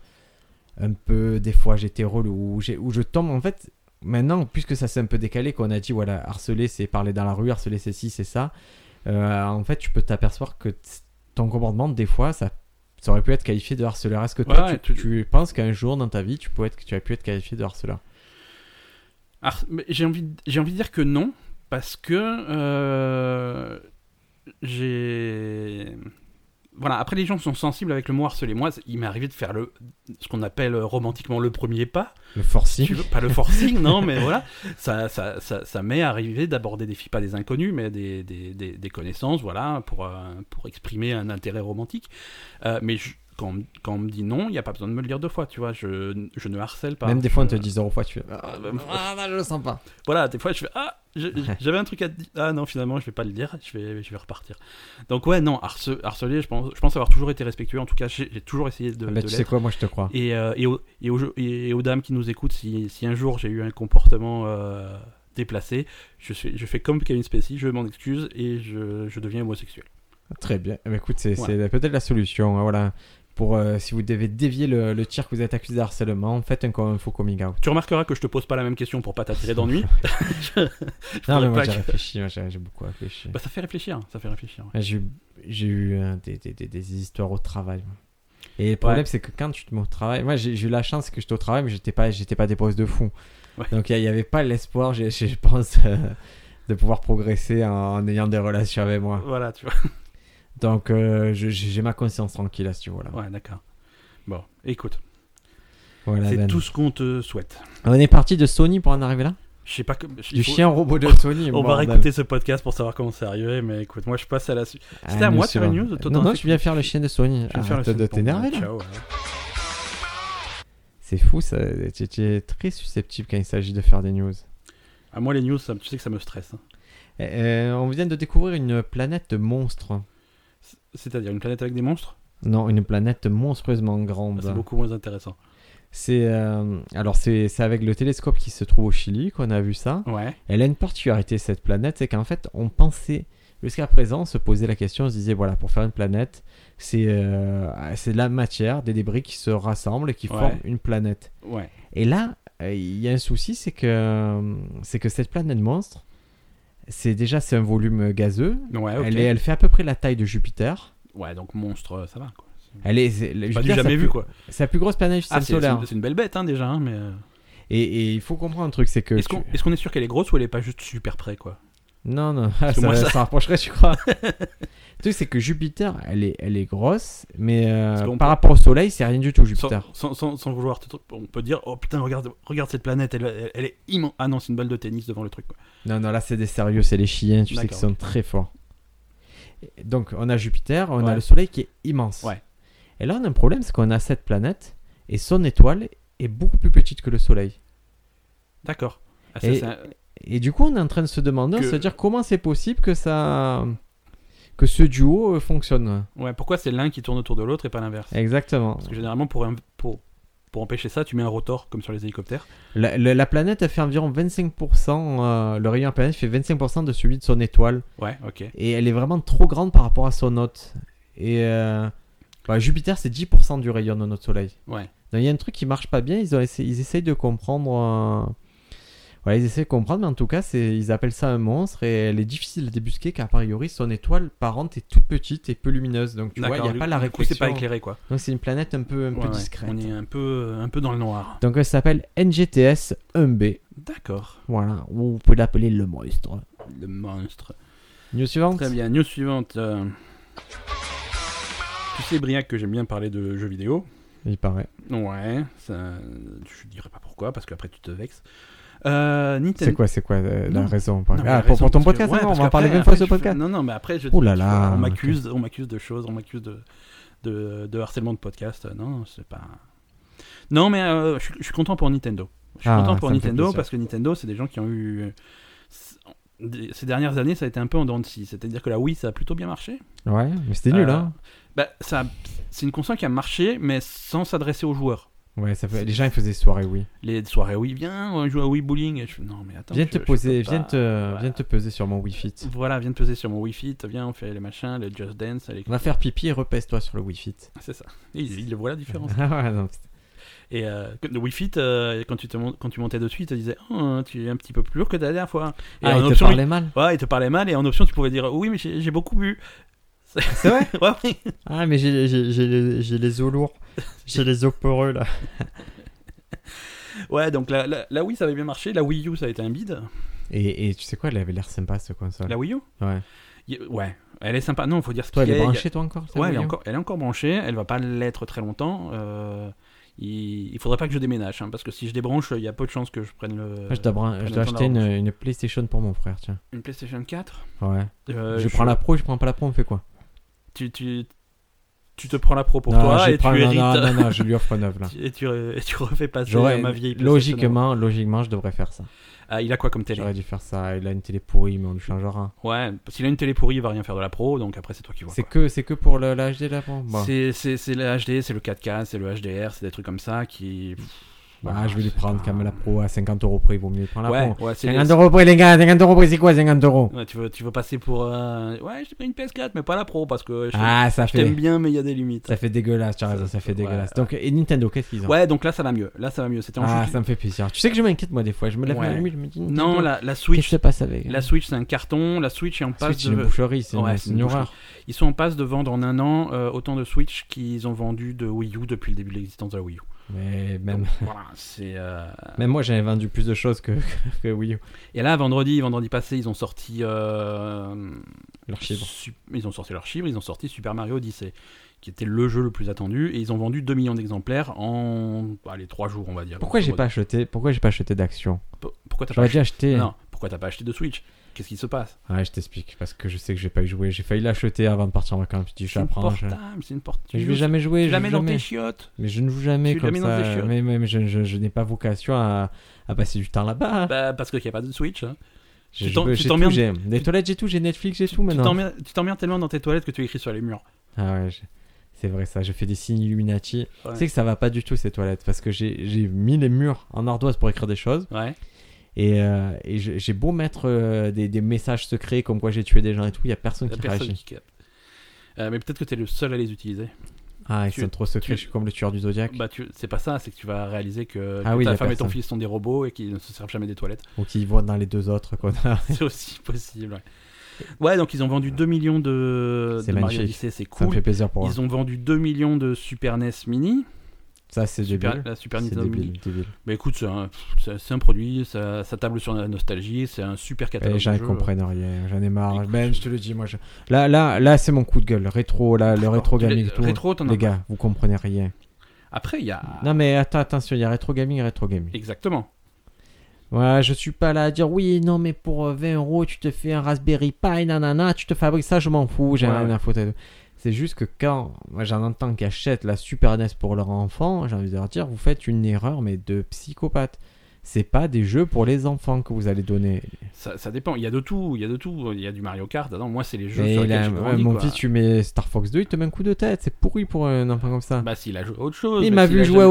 S2: un peu, des fois j'étais relou, ou j'ai- ou je tombe en fait. Maintenant, puisque ça s'est un peu décalé, qu'on a dit voilà, harceler c'est parler dans la rue, harceler c'est ci, c'est ça. Euh, en fait, tu peux t'apercevoir que t- ton comportement, des fois, ça, ça aurait pu être qualifié de harceleur. Est-ce que toi,
S1: Ouais,
S2: tu,
S1: tu-
S2: tu penses qu'un jour dans ta vie, tu, pourrais être, que tu as pu être qualifié de harceleur
S1: Har- mais j'ai envie, de- j'ai envie de dire que non, parce que euh, j'ai voilà. Après, les gens sont sensibles avec le mot harcelé. Moi, c'est- il m'est arrivé de faire le ce qu'on appelle euh, romantiquement le premier pas.
S2: Le
S1: Si
S2: forcing
S1: tu veux, pas le forcing, non, mais voilà, ça, ça, ça, ça m'est arrivé d'aborder des filles, pas des inconnus, mais des, des, des, des connaissances, voilà, pour, euh, pour exprimer un intérêt romantique. Euh, mais je- quand, on me- quand on me dit non, il n'y a pas besoin de me le dire deux fois, tu vois, je, je ne harcèle pas.
S2: Même des fois, on
S1: Je-
S2: te dit zéro fois, tu fais ah,
S1: bah,
S2: ah, non, je le sens pas.
S1: Voilà, des fois, je fais Ah, je- j'avais un truc à te dire. Ah non, finalement, je vais pas le dire, je vais, je vais repartir. Donc, ouais, non, harce- harceler, je pense, je pense avoir toujours été respectueux, en tout cas, j'ai j'ai toujours essayé de,
S2: Ah,
S1: de
S2: bah, tu sais
S1: l'être.
S2: quoi, moi je te crois.
S1: Et, euh, et, aux, et aux- et aux dames qui nous écoutent, si, si un jour j'ai eu un comportement euh, déplacé, je, suis, je fais comme Kevin Spacey, je m'en excuse et je, je deviens homosexuel.
S2: Très bien. Eh ben, écoute, c'est
S1: Voilà.
S2: c'est peut-être la solution. hein, Voilà. Pour, euh, si vous devez dévier le, le tir que vous êtes accusé de harcèlement, faites un, co- un faux coming out.
S1: Tu remarqueras que je te pose pas la même question pour pas t'attirer d'ennui. Je- je
S2: Non, mais
S1: voudrais
S2: moi
S1: pas
S2: j'ai
S1: que-
S2: réfléchi, moi, j'ai j'ai beaucoup réfléchi.
S1: Bah, ça fait réfléchir, ça fait réfléchir. ouais.
S2: Ouais, J'ai eu- j'ai eu euh, des, des- des- des histoires au travail. moi. Et le problème,
S1: Ouais.
S2: c'est que quand tu te mets au travail, moi j'ai j'ai eu la chance que j'étais au travail, mais j'étais pas, j'étais pas des pauses de fou.
S1: Ouais.
S2: Donc il n'y avait pas l'espoir, j'ai- j'ai- je pense, euh, de pouvoir progresser en, en ayant des relations avec moi.
S1: Voilà, tu vois.
S2: Donc euh, je- j'ai j'ai ma conscience tranquille à ce niveau-là.
S1: Ouais, d'accord. Bon, écoute,
S2: Voilà,
S1: c'est
S2: Dan.
S1: tout ce qu'on te souhaite.
S2: On est parti de Sony pour en arriver là
S1: Je sais pas que- il
S2: Du
S1: faut-
S2: chien robot de Sony.
S1: On va
S2: bordel.
S1: réécouter ce podcast pour savoir comment c'est arrivé, mais écoute, moi je passe à la suite.
S2: Ah,
S1: C'était à moi de faire
S2: suivant.
S1: une news, toi,
S2: Non,
S1: t'en
S2: non,
S1: fais-
S2: je viens faire le chien de Sony.
S1: Je vais me faire la
S2: Arrête de
S1: suite pour-
S2: t'énerver là.
S1: Ciao, ouais.
S2: C'est fou, ça. Tu tu es très susceptible quand il s'agit de faire des news.
S1: À moi, les news, ça- tu sais que ça me stresse. hein.
S2: Euh, on vient de découvrir une planète monstre.
S1: C- C'est-à-dire une planète avec des monstres
S2: Non, une planète monstrueusement grande.
S1: Ah, C'est beaucoup moins intéressant.
S2: C'est euh, alors c'est c'est avec le télescope qui se trouve au Chili qu'on a vu ça.
S1: Ouais.
S2: Elle a une particularité cette planète, c'est qu'en fait on pensait jusqu'à présent on se poser la question, on se disait voilà pour faire une planète c'est euh, c'est de la matière, des débris qui se rassemblent et qui
S1: Ouais.
S2: forment une planète.
S1: Ouais.
S2: Et là euh, il y a un souci, c'est que euh, c'est que cette planète monstre, c'est déjà c'est un volume gazeux.
S1: Ouais, Ah, ok.
S2: Elle, est- elle fait à peu près la taille de Jupiter.
S1: Ouais, donc monstre, euh, ça va. Quoi.
S2: Elle est, c'est-
S1: Pas
S2: Jupiter,
S1: du
S2: c'est la
S1: jamais
S2: plus-
S1: vu, quoi.
S2: C'est la plus grosse planète du
S1: Ah,
S2: système
S1: c'est c'est
S2: solaire.
S1: une, c'est une belle bête, hein, déjà. hein, mais... euh,
S2: Et, et il faut comprendre un truc, c'est que
S1: Est-ce
S2: tu-
S1: qu'on est-ce qu'on est sûr qu'elle est grosse ou elle est pas juste super près, quoi
S2: Non, non, ah, ça,
S1: que moi, ça-
S2: ça rapprocherait, tu crois. Le truc, c'est que Jupiter, elle est, elle est grosse, mais euh,
S1: Parce qu'on
S2: par
S1: peut-
S2: rapport au Soleil, c'est rien du tout,
S1: sans,
S2: Jupiter.
S1: sans, sans- sans vouloir, te- on peut dire Oh putain, regarde, regarde cette planète, elle, elle- elle est immense. Ah non, c'est une balle de tennis devant le truc. Quoi.
S2: Non, non, là, c'est des sérieux, c'est les chiens, tu sais qu'ils
S1: D'accord,
S2: sont très forts. Et Donc, on a Jupiter, on
S1: Ouais.
S2: a le Soleil qui est immense.
S1: Ouais.
S2: Et là, on a un problème, c'est qu'on a cette planète, et son étoile est beaucoup plus petite que le Soleil.
S1: D'accord. Ah, ça,
S2: Et-
S1: c'est un-
S2: Et du coup, on est en train de se demander, on
S1: Que-
S2: se dire comment c'est possible que ça... que ce duo euh, fonctionne.
S1: Ouais, pourquoi c'est l'un qui tourne autour de l'autre et pas l'inverse
S2: Exactement.
S1: Parce que généralement, pour, un- pour, pour empêcher ça, tu mets un rotor comme sur les hélicoptères.
S2: La, la- la planète fait environ 25%, euh, le rayon de la planète fait 25% de celui de son étoile.
S1: Ouais, ok.
S2: Et elle est vraiment trop grande par rapport à son hôte. Et euh, bah, Jupiter, c'est 10% du rayon de notre Soleil.
S1: Ouais.
S2: Donc il y a un truc qui marche pas bien, ils, ont essa- ils essayent de comprendre. euh, Voilà, ils essayent de comprendre, mais en tout cas, c'est- ils appellent ça un monstre et elle est difficile à débusquer car a priori, son étoile parente est toute petite et peu lumineuse. Donc tu vois, il n'y a
S1: du-
S2: pas la
S1: du coup, c'est
S2: réflexion.
S1: pas éclairé, quoi.
S2: Donc c'est une planète un peu, un
S1: Ouais,
S2: peu
S1: ouais.
S2: discrète.
S1: On est un peu, un peu dans le noir.
S2: Donc elle s'appelle NGTS 1B.
S1: D'accord.
S2: Voilà, ou on peut l'appeler le monstre.
S1: Le monstre.
S2: News suivante
S1: Très bien, news suivante. euh. Tu sais, Briac, que j'aime bien parler de jeux vidéo.
S2: Il paraît.
S1: Ouais, ça, je dirais pas pourquoi, parce qu'après tu te vexes. Euh, Nintendo.
S2: C'est quoi, c'est quoi euh, la
S1: Non.
S2: raison par-
S1: Non, mais
S2: Ah,
S1: la
S2: pour,
S1: raison,
S2: pour ton
S1: parce que-
S2: podcast,
S1: ouais,
S2: non, on
S1: parce
S2: va en
S1: qu'après-
S2: parler une fois
S1: après,
S2: sur le
S1: je fais-
S2: podcast.
S1: Non, non, mais après, je,
S2: Ouh là
S1: tu
S2: là,
S1: vois, on
S2: ok.
S1: m'accuse, on m'accuse de choses, on m'accuse de, de, de harcèlement de podcast. Euh, Non, c'est pas. Non, mais euh, je, suis- je suis content pour Nintendo. Je suis
S2: Ah,
S1: content pour
S2: ça me fait
S1: Nintendo
S2: plaisir.
S1: parce que Nintendo, c'est des gens qui ont eu. c'est- des- Ces dernières années, ça a été un peu en dents de scie. C'est-à-dire que la Wii, ça a plutôt bien marché.
S2: Ouais, mais c'était nul,
S1: Euh,
S2: hein.
S1: Bah, ça, c'est une console qui a marché, mais sans s'adresser aux joueurs.
S2: Ouais, ça fait... les gens ils faisaient soirée, oui.
S1: Les soirées Wii, viens, on joue à Wii Bowling. Et je fais, non, mais attends.
S2: Viens
S1: je-
S2: te
S1: je
S2: poser,
S1: peux
S2: viens
S1: pas.
S2: te,
S1: ouais.
S2: viens te peser sur mon Wi-Fi.
S1: Voilà, viens de peser sur mon Wii Fit, viens, on fait les machins, les Just Dance, les...
S2: On va faire pipi et repèse-toi sur le Wi-Fi.
S1: Ah, c'est ça. Il, il le voit la différence.
S2: ah ouais, non, putain.
S1: Et euh, que- le Wii Fit, euh, quand, tu te mon- quand tu montais dessus, il te disait Oh, tu es un petit peu plus lourd que la dernière fois. Et
S2: Ah,
S1: en
S2: il te
S1: option,
S2: parlait mal.
S1: Ouais, il te parlait mal, et en option, tu pouvais dire Oui, mais j'ai j'ai beaucoup bu.
S2: C'est vrai
S1: Ouais, oui.
S2: Ah, mais j'ai- j'ai j'ai les, j'ai les os lourds. J'ai les os poreux, là.
S1: ouais, donc la, la, la Wii, ça avait bien marché. La Wii U, ça a été un bide.
S2: Et, et tu sais quoi, elle avait l'air sympa, ce console.
S1: La Wii U
S2: Ouais.
S1: Il- Ouais, elle est sympa. Non, faut dire ce
S2: Toi,
S1: qu'il
S2: elle
S1: y
S2: est
S1: a.
S2: branchée, toi, encore ta
S1: Ouais, elle est,
S2: Wii U
S1: encore, elle est encore branchée, elle va pas l'être très longtemps. euh, il, il faudrait pas que je déménage, hein, parce que si je débranche, il y a peu de chances que je prenne le,
S2: Ah, Je dois, bran- je
S1: prendre
S2: dois
S1: le temps
S2: acheter une,
S1: d'arranger.
S2: une PlayStation pour mon frère, tiens.
S1: une PlayStation 4.
S2: Ouais.
S1: Euh,
S2: je, prends la pro, je prends pas la pro, on fait quoi
S1: Tu, tu, tu te prends la pro pour
S2: Non,
S1: toi
S2: je
S1: et tu
S2: prends- non,
S1: hérites.
S2: Non, non, non, je lui offre neuve là.
S1: tu- Et, tu, et tu refais passer à
S2: J'aurais
S1: ma vieille PlayStation.
S2: logiquement, logiquement, je devrais faire ça.
S1: Ah, il a quoi comme télé
S2: J'aurais dû faire ça. Il a une télé pourrie, mais on lui changera.
S1: Ouais, s'il a une télé pourrie, il va rien faire de la pro, donc après c'est toi qui vois.
S2: C'est
S1: quoi.
S2: que, c'est que pour le, la HD là, bon. Bon.
S1: C'est- C'est c'est le HD, c'est le 4K, c'est le HDR, c'est des trucs comme ça qui.
S2: Ah, je vais lui
S1: c'est
S2: prendre
S1: pas-
S2: quand même la pro à 50 euros prix. Vaut mieux lui prendre la
S1: Ouais,
S2: pro.
S1: ouais, c'est.
S2: 50 euros prix, les gars. 50 euros prix, c'est quoi 50 euros
S1: Ouais, tu, veux, tu veux passer pour. euh, Ouais, j'ai pris une PS4, mais pas la pro parce que je
S2: Ah, ça
S1: je t'aime
S2: fait,
S1: bien, mais il y a des limites.
S2: ça fait dégueulasse. Tu as
S1: Ça-
S2: raison, ça fait
S1: ouais,
S2: dégueulasse.
S1: ouais.
S2: Donc, et Nintendo, qu'est-ce qu'ils ont
S1: Ouais, donc là ça va mieux. Là ça va mieux. C'était en
S2: Ah,
S1: chute-
S2: ça me fait plaisir. Tu sais que je m'inquiète moi des fois. Je me lève
S1: Ouais.
S2: la nuit, je me dis.
S1: Non,
S2: Nintendo,
S1: la, la
S2: Qu'est-ce qui
S1: Switch.
S2: se passe avec
S1: La Switch, c'est un carton. La Switch est en passe
S2: Switch, c'est
S1: de.
S2: une boucherie, c'est
S1: Ouais,
S2: une,
S1: c'est
S2: c'est
S1: une
S2: une
S1: boucherie.
S2: horreur.
S1: Ils sont en passe de vendre en un an euh, autant de Switch qu'ils ont vendu de Wii U depuis le début de l'existence de la Wii U.
S2: Mais même,
S1: Donc, voilà, c'est. euh,
S2: même moi, j'avais vendu plus de choses que, que, que Wii U.
S1: Et là, vendredi, vendredi passé, ils ont sorti. euh,
S2: Leur chiffre.
S1: Sup- Ils ont sorti leur chiffre, ils ont sorti Super Mario Odyssey, qui était le jeu le plus attendu, et ils ont vendu 2 millions d'exemplaires en. Allez, 3 jours, on va dire.
S2: Pourquoi j'ai pas acheté Pourquoi j'ai pas acheté d'action
S1: Pourquoi t'as pas
S2: J'aurais dû acheter.
S1: Non, pourquoi Pourquoi t'as pas acheté de Switch Qu'est-ce qui se passe
S2: Ouais, je t'explique, parce que je sais que je vais pas y jouer. J'ai failli l'acheter avant de partir en vacances. Je dis, je
S1: C'est
S2: la
S1: une
S2: prends. Je...
S1: portable, c'est une portable.
S2: Mais je vais jamais jouer.
S1: Tu
S2: je
S1: la
S2: joue
S1: mets dans tes chiottes.
S2: Mais je ne joue jamais
S1: Tu la
S2: comme
S1: mets dans tes
S2: ça.
S1: chiottes.
S2: Mais, mais, mais je, je- je n'ai pas vocation à, à passer du temps là-bas.
S1: Bah, parce qu'il n'y a pas de Switch. hein.
S2: J'ai-
S1: tu
S2: j'ai
S1: t'en-
S2: peu-
S1: tu
S2: j'ai tout,
S1: t'emmerdes-
S2: j'ai des toilettes, j'ai tout, j'ai Netflix, j'ai tout
S1: Tu
S2: maintenant.
S1: t'emmerdes tu t'emmerdes tellement dans tes toilettes que tu écris sur les murs.
S2: Ah ouais, j'ai- c'est vrai ça, je fais des signes Illuminati.
S1: Ouais.
S2: Tu sais que ça va pas du tout ces toilettes parce que j'ai j'ai mis les murs en ardoise pour écrire des choses
S1: Ouais.
S2: et, euh, et je- j'ai beau mettre euh, des, des messages secrets comme quoi j'ai tué des gens et tout, il y a personne
S1: La
S2: qui
S1: personne
S2: réagit.
S1: qui capte. Euh, mais peut-être que tu es le seul à les utiliser.
S2: Ah, ils
S1: Tu-
S2: sont trop secrets,
S1: tu-
S2: je suis comme le tueur du Zodiac.
S1: Bah, tu... c'est pas ça, c'est que tu vas réaliser que,
S2: Ah
S1: que
S2: oui,
S1: ta
S2: la
S1: femme et ton
S2: personne.
S1: fils sont des robots et qu'ils ne se servent jamais des toilettes.
S2: Ou qui voient dans les deux autres qu'on a.
S1: c'est aussi possible. Ouais. Ouais, donc ils ont vendu 2 millions de, de
S2: C'est
S1: Mario
S2: magnifique.
S1: Odyssey, c'est
S2: Ça me
S1: cool.
S2: fait plaisir pour eux.
S1: Ils ont vendu 2 millions de Super NES Mini,
S2: Ça, c'est
S1: Super-
S2: débile.
S1: la Super
S2: C'est
S1: Nintendo Mini.
S2: débile, débile.
S1: Bah écoute, c'est un, c'est- c'est un produit, ça, ça table sur la nostalgie, c'est un super
S2: Ouais,
S1: catalogue.
S2: les gens
S1: de
S2: ils
S1: jeux.
S2: comprennent rien, j'en ai marre.
S1: hein. Écoute,
S2: Ben, je te le dis, moi, je... là, là, là, c'est mon coup de gueule. Le rétro, là, le
S1: D'accord.
S2: rétro
S1: Tu l'as-
S2: gaming, et tout.
S1: euh, rétro, Ah. t'en as
S2: les gars, vous comprenez rien.
S1: Après, il y a.
S2: Non, mais attends, attention, il y a rétro gaming, et rétro gaming.
S1: Exactement.
S2: Ouais, je suis pas là à dire oui, non, mais pour euh, 20 euros, tu te fais un Raspberry Pi, nanana, tu te fabriques ça, je m'en fous, j'ai
S1: Ouais,
S2: rien
S1: ouais.
S2: à foutre. et tout. C'est juste que quand moi, j'en entends qui achètent la Super NES pour leur enfant, j'ai envie de leur dire, vous faites une erreur, mais de psychopathe. C'est pas des jeux pour les enfants que vous allez donner.
S1: Ça, ça dépend. Il y a de tout. Il y a de tout. Il y a du Mario Kart. dedans. Moi, c'est les jeux
S2: Mais
S1: sur
S2: il
S1: lesquels
S2: a-
S1: j'ai
S2: ouais,
S1: grandi,
S2: mon
S1: quoi.
S2: fils, tu mets Star Fox 2, il te met un coup de tête. C'est pourri pour un enfant comme ça.
S1: Bah, s'il a joué à autre chose.
S2: il
S1: mais
S2: m'a
S1: s'il
S2: vu
S1: a
S2: jouer à
S1: jamais-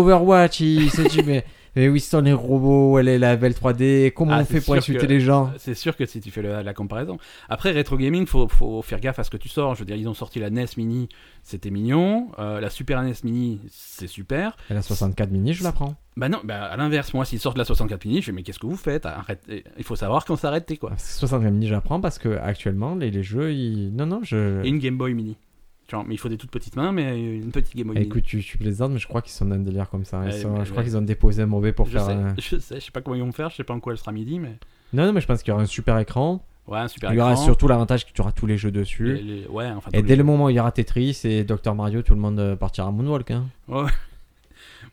S2: Overwatch. Il s'est dit, mais, mais où sont les robots Où elle est la belle 3D Comment
S1: Ah, c'est
S2: on fait pour
S1: sûr
S2: insulter
S1: que- Euh,
S2: les gens
S1: C'est sûr que si tu fais le- la comparaison. Après, rétro gaming, faut, faut faire gaffe à ce que tu sors. Je veux dire, ils ont sorti la NES Mini, c'était mignon. Euh, la Super NES Mini, c'est super.
S2: Elle a 64 mini, je la prends.
S1: Bah non, bah à l'inverse, moi, s'ils sortent la 64 Mini, je fais mais qu'est-ce que vous faites Arrêtez. Il faut savoir quand s'arrêter, quoi.
S2: 64 mini, je la prends parce que actuellement, les, les jeux, ils... non, non, je.
S1: Et une Game Boy Mini. Genre, mais il faut des toutes petites mains, mais une petite Game Boy
S2: Eh,
S1: Mini.
S2: Écoute, tu, tu plaisantes, mais je crois qu'ils sont dans un délire comme ça. hein. Ils
S1: Eh,
S2: sont-
S1: mais-
S2: je crois
S1: mais-
S2: qu'ils ont déposé un mauvais pour
S1: je,
S2: faire.
S1: sais,
S2: euh, un-
S1: je sais, je sais pas comment ils vont faire, je sais pas en quoi elle sera midi, mais.
S2: Non, non, mais je pense qu'il y aura un super écran.
S1: Ouais, un super
S2: il y aura
S1: écran.
S2: surtout l'avantage que tu auras tous les jeux dessus.
S1: Les- les- Ouais, enfin.
S2: Et
S1: tous
S2: dès
S1: les-
S2: le moment où il y aura Tetris et Dr Mario, tout le monde euh, partira à Moonwalk. Hein.
S1: Ouais.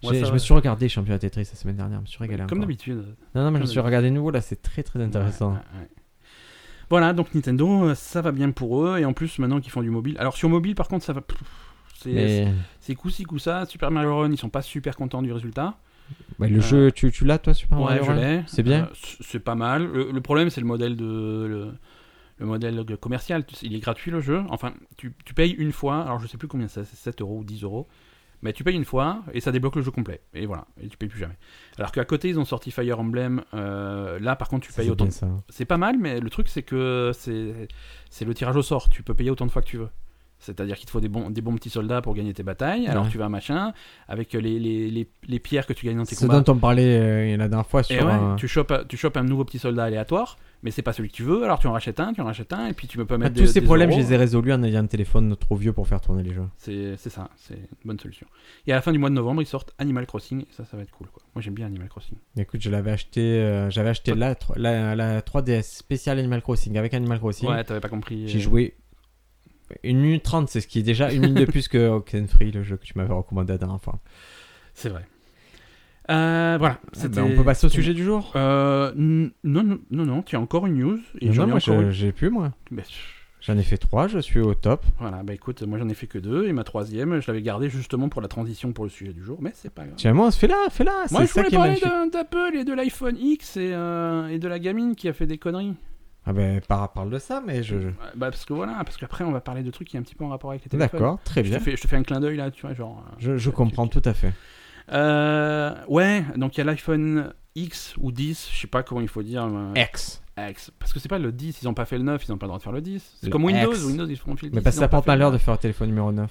S1: Moi,
S2: J'ai-
S1: ça
S2: je
S1: va.
S2: me suis regardé Championnat Tetris la semaine dernière, je me suis régalé.
S1: Comme
S2: encore.
S1: d'habitude.
S2: Non, non, mais je me
S1: comme
S2: suis regardé de nouveau là, c'est très très intéressant.
S1: Ouais, ouais, ouais. Voilà, donc Nintendo, euh, ça va bien pour eux. Et en plus, maintenant qu'ils font du mobile. Alors, sur mobile, par contre, ça va. pff, C'est
S2: Mais
S1: c'est coup-ci, coup-ça. Super Mario Run, ils sont pas super contents du résultat.
S2: Ouais, le
S1: euh,
S2: jeu, tu, tu l'as toi, Super
S1: ouais,
S2: Mario
S1: je
S2: Run
S1: l'ai.
S2: C'est bien
S1: Euh, c- c'est pas mal. Le, le problème, c'est le modèle de. Le, le modèle de- commercial. Tu sais, Il est gratuit, le jeu. Enfin, tu, tu payes une fois. Alors, je sais plus combien c'est, c'est 7 euros ou 10 euros. Mais tu payes une fois et ça débloque le jeu complet. Et voilà, et tu payes plus jamais. Alors qu'à côté, ils ont sorti Fire Emblem. euh, là, par contre, tu
S2: Ça,
S1: payes
S2: c'est
S1: autant
S2: bien, ça.
S1: C'est pas mal, mais le truc, c'est que c'est c'est le tirage au sort. Tu peux payer autant de fois que tu veux. C'est-à-dire qu'il te faut des bons, des bons petits soldats pour gagner tes batailles. Alors
S2: Ouais.
S1: tu vas à machin, avec les, les, les, les pierres que tu gagnes dans tes
S2: Ce
S1: combats.
S2: dont on parlait euh, la dernière fois sur.
S1: Et Eh ouais,
S2: euh,
S1: tu, chopes, tu chopes un nouveau petit soldat aléatoire, mais c'est pas celui que tu veux. Alors tu en rachètes un, tu en rachètes un, et puis tu peux pas
S2: Ah,
S1: mettre
S2: tous ces problèmes, je les ai résolus en ayant un téléphone trop vieux pour faire tourner les jeux.
S1: C'est c'est ça, c'est une bonne solution. Et à la fin du mois de novembre, ils sortent Animal Crossing. Et ça, ça va être cool. Quoi. Moi j'aime bien Animal Crossing.
S2: Écoute, je l'avais acheté, euh, j'avais acheté
S1: Toi-
S2: la, tro- la, la 3DS spéciale Animal Crossing avec Animal Crossing.
S1: Ouais, t'avais pas compris.
S2: J'ai
S1: euh,
S2: joué une minute 30, c'est ce qui est déjà une minute de plus que Oxenfree, le jeu que tu m'avais recommandé la dernière fois.
S1: C'est vrai. Euh, voilà.
S2: Ah,
S1: c'était-
S2: ben, on peut passer au sujet du jour
S1: Euh, n- non, non, non, non, tu as encore une news. Et
S2: Non,
S1: j'en
S2: non,
S1: ai
S2: moi,
S1: encore
S2: je-
S1: une.
S2: j'ai pu, moi.
S1: Bah, pff,
S2: J'en ai fait trois, je suis au top.
S1: Voilà, bah écoute, moi j'en ai fait que deux, et ma troisième, je l'avais gardée justement pour la transition pour le sujet du jour, mais c'est pas grave.
S2: Tiens, moi, on se fait là, fais là,
S1: Moi
S2: c'est
S1: je
S2: ça
S1: voulais
S2: qui est
S1: parler
S2: magnifique.
S1: d'un- d'Apple et de l'iPhone X et, euh, et de la gamine qui a fait des conneries.
S2: Ah ben, par- parle de ça, mais je. je-
S1: Ouais, Bah parce que voilà, parce qu'après on va parler de trucs qui est un petit peu en rapport avec les téléphones.
S2: D'accord, très
S1: Je te,
S2: bien.
S1: fais, je te fais un clin d'œil là, tu vois, genre. euh,
S2: Je, je comprends tout à fait.
S1: Euh, ouais, donc il y a l'iPhone X ou 10, je sais pas comment il faut dire. euh,
S2: X.
S1: X. Parce que c'est pas le 10, ils ont pas fait le 9, ils ont pas le droit de faire le 10. C'est
S2: Le
S1: comme Windows,
S2: X.
S1: Windows ils font le 10.
S2: Mais parce
S1: ils
S2: que
S1: ont
S2: ça porte
S1: fait le
S2: malheur de faire un téléphone numéro 9.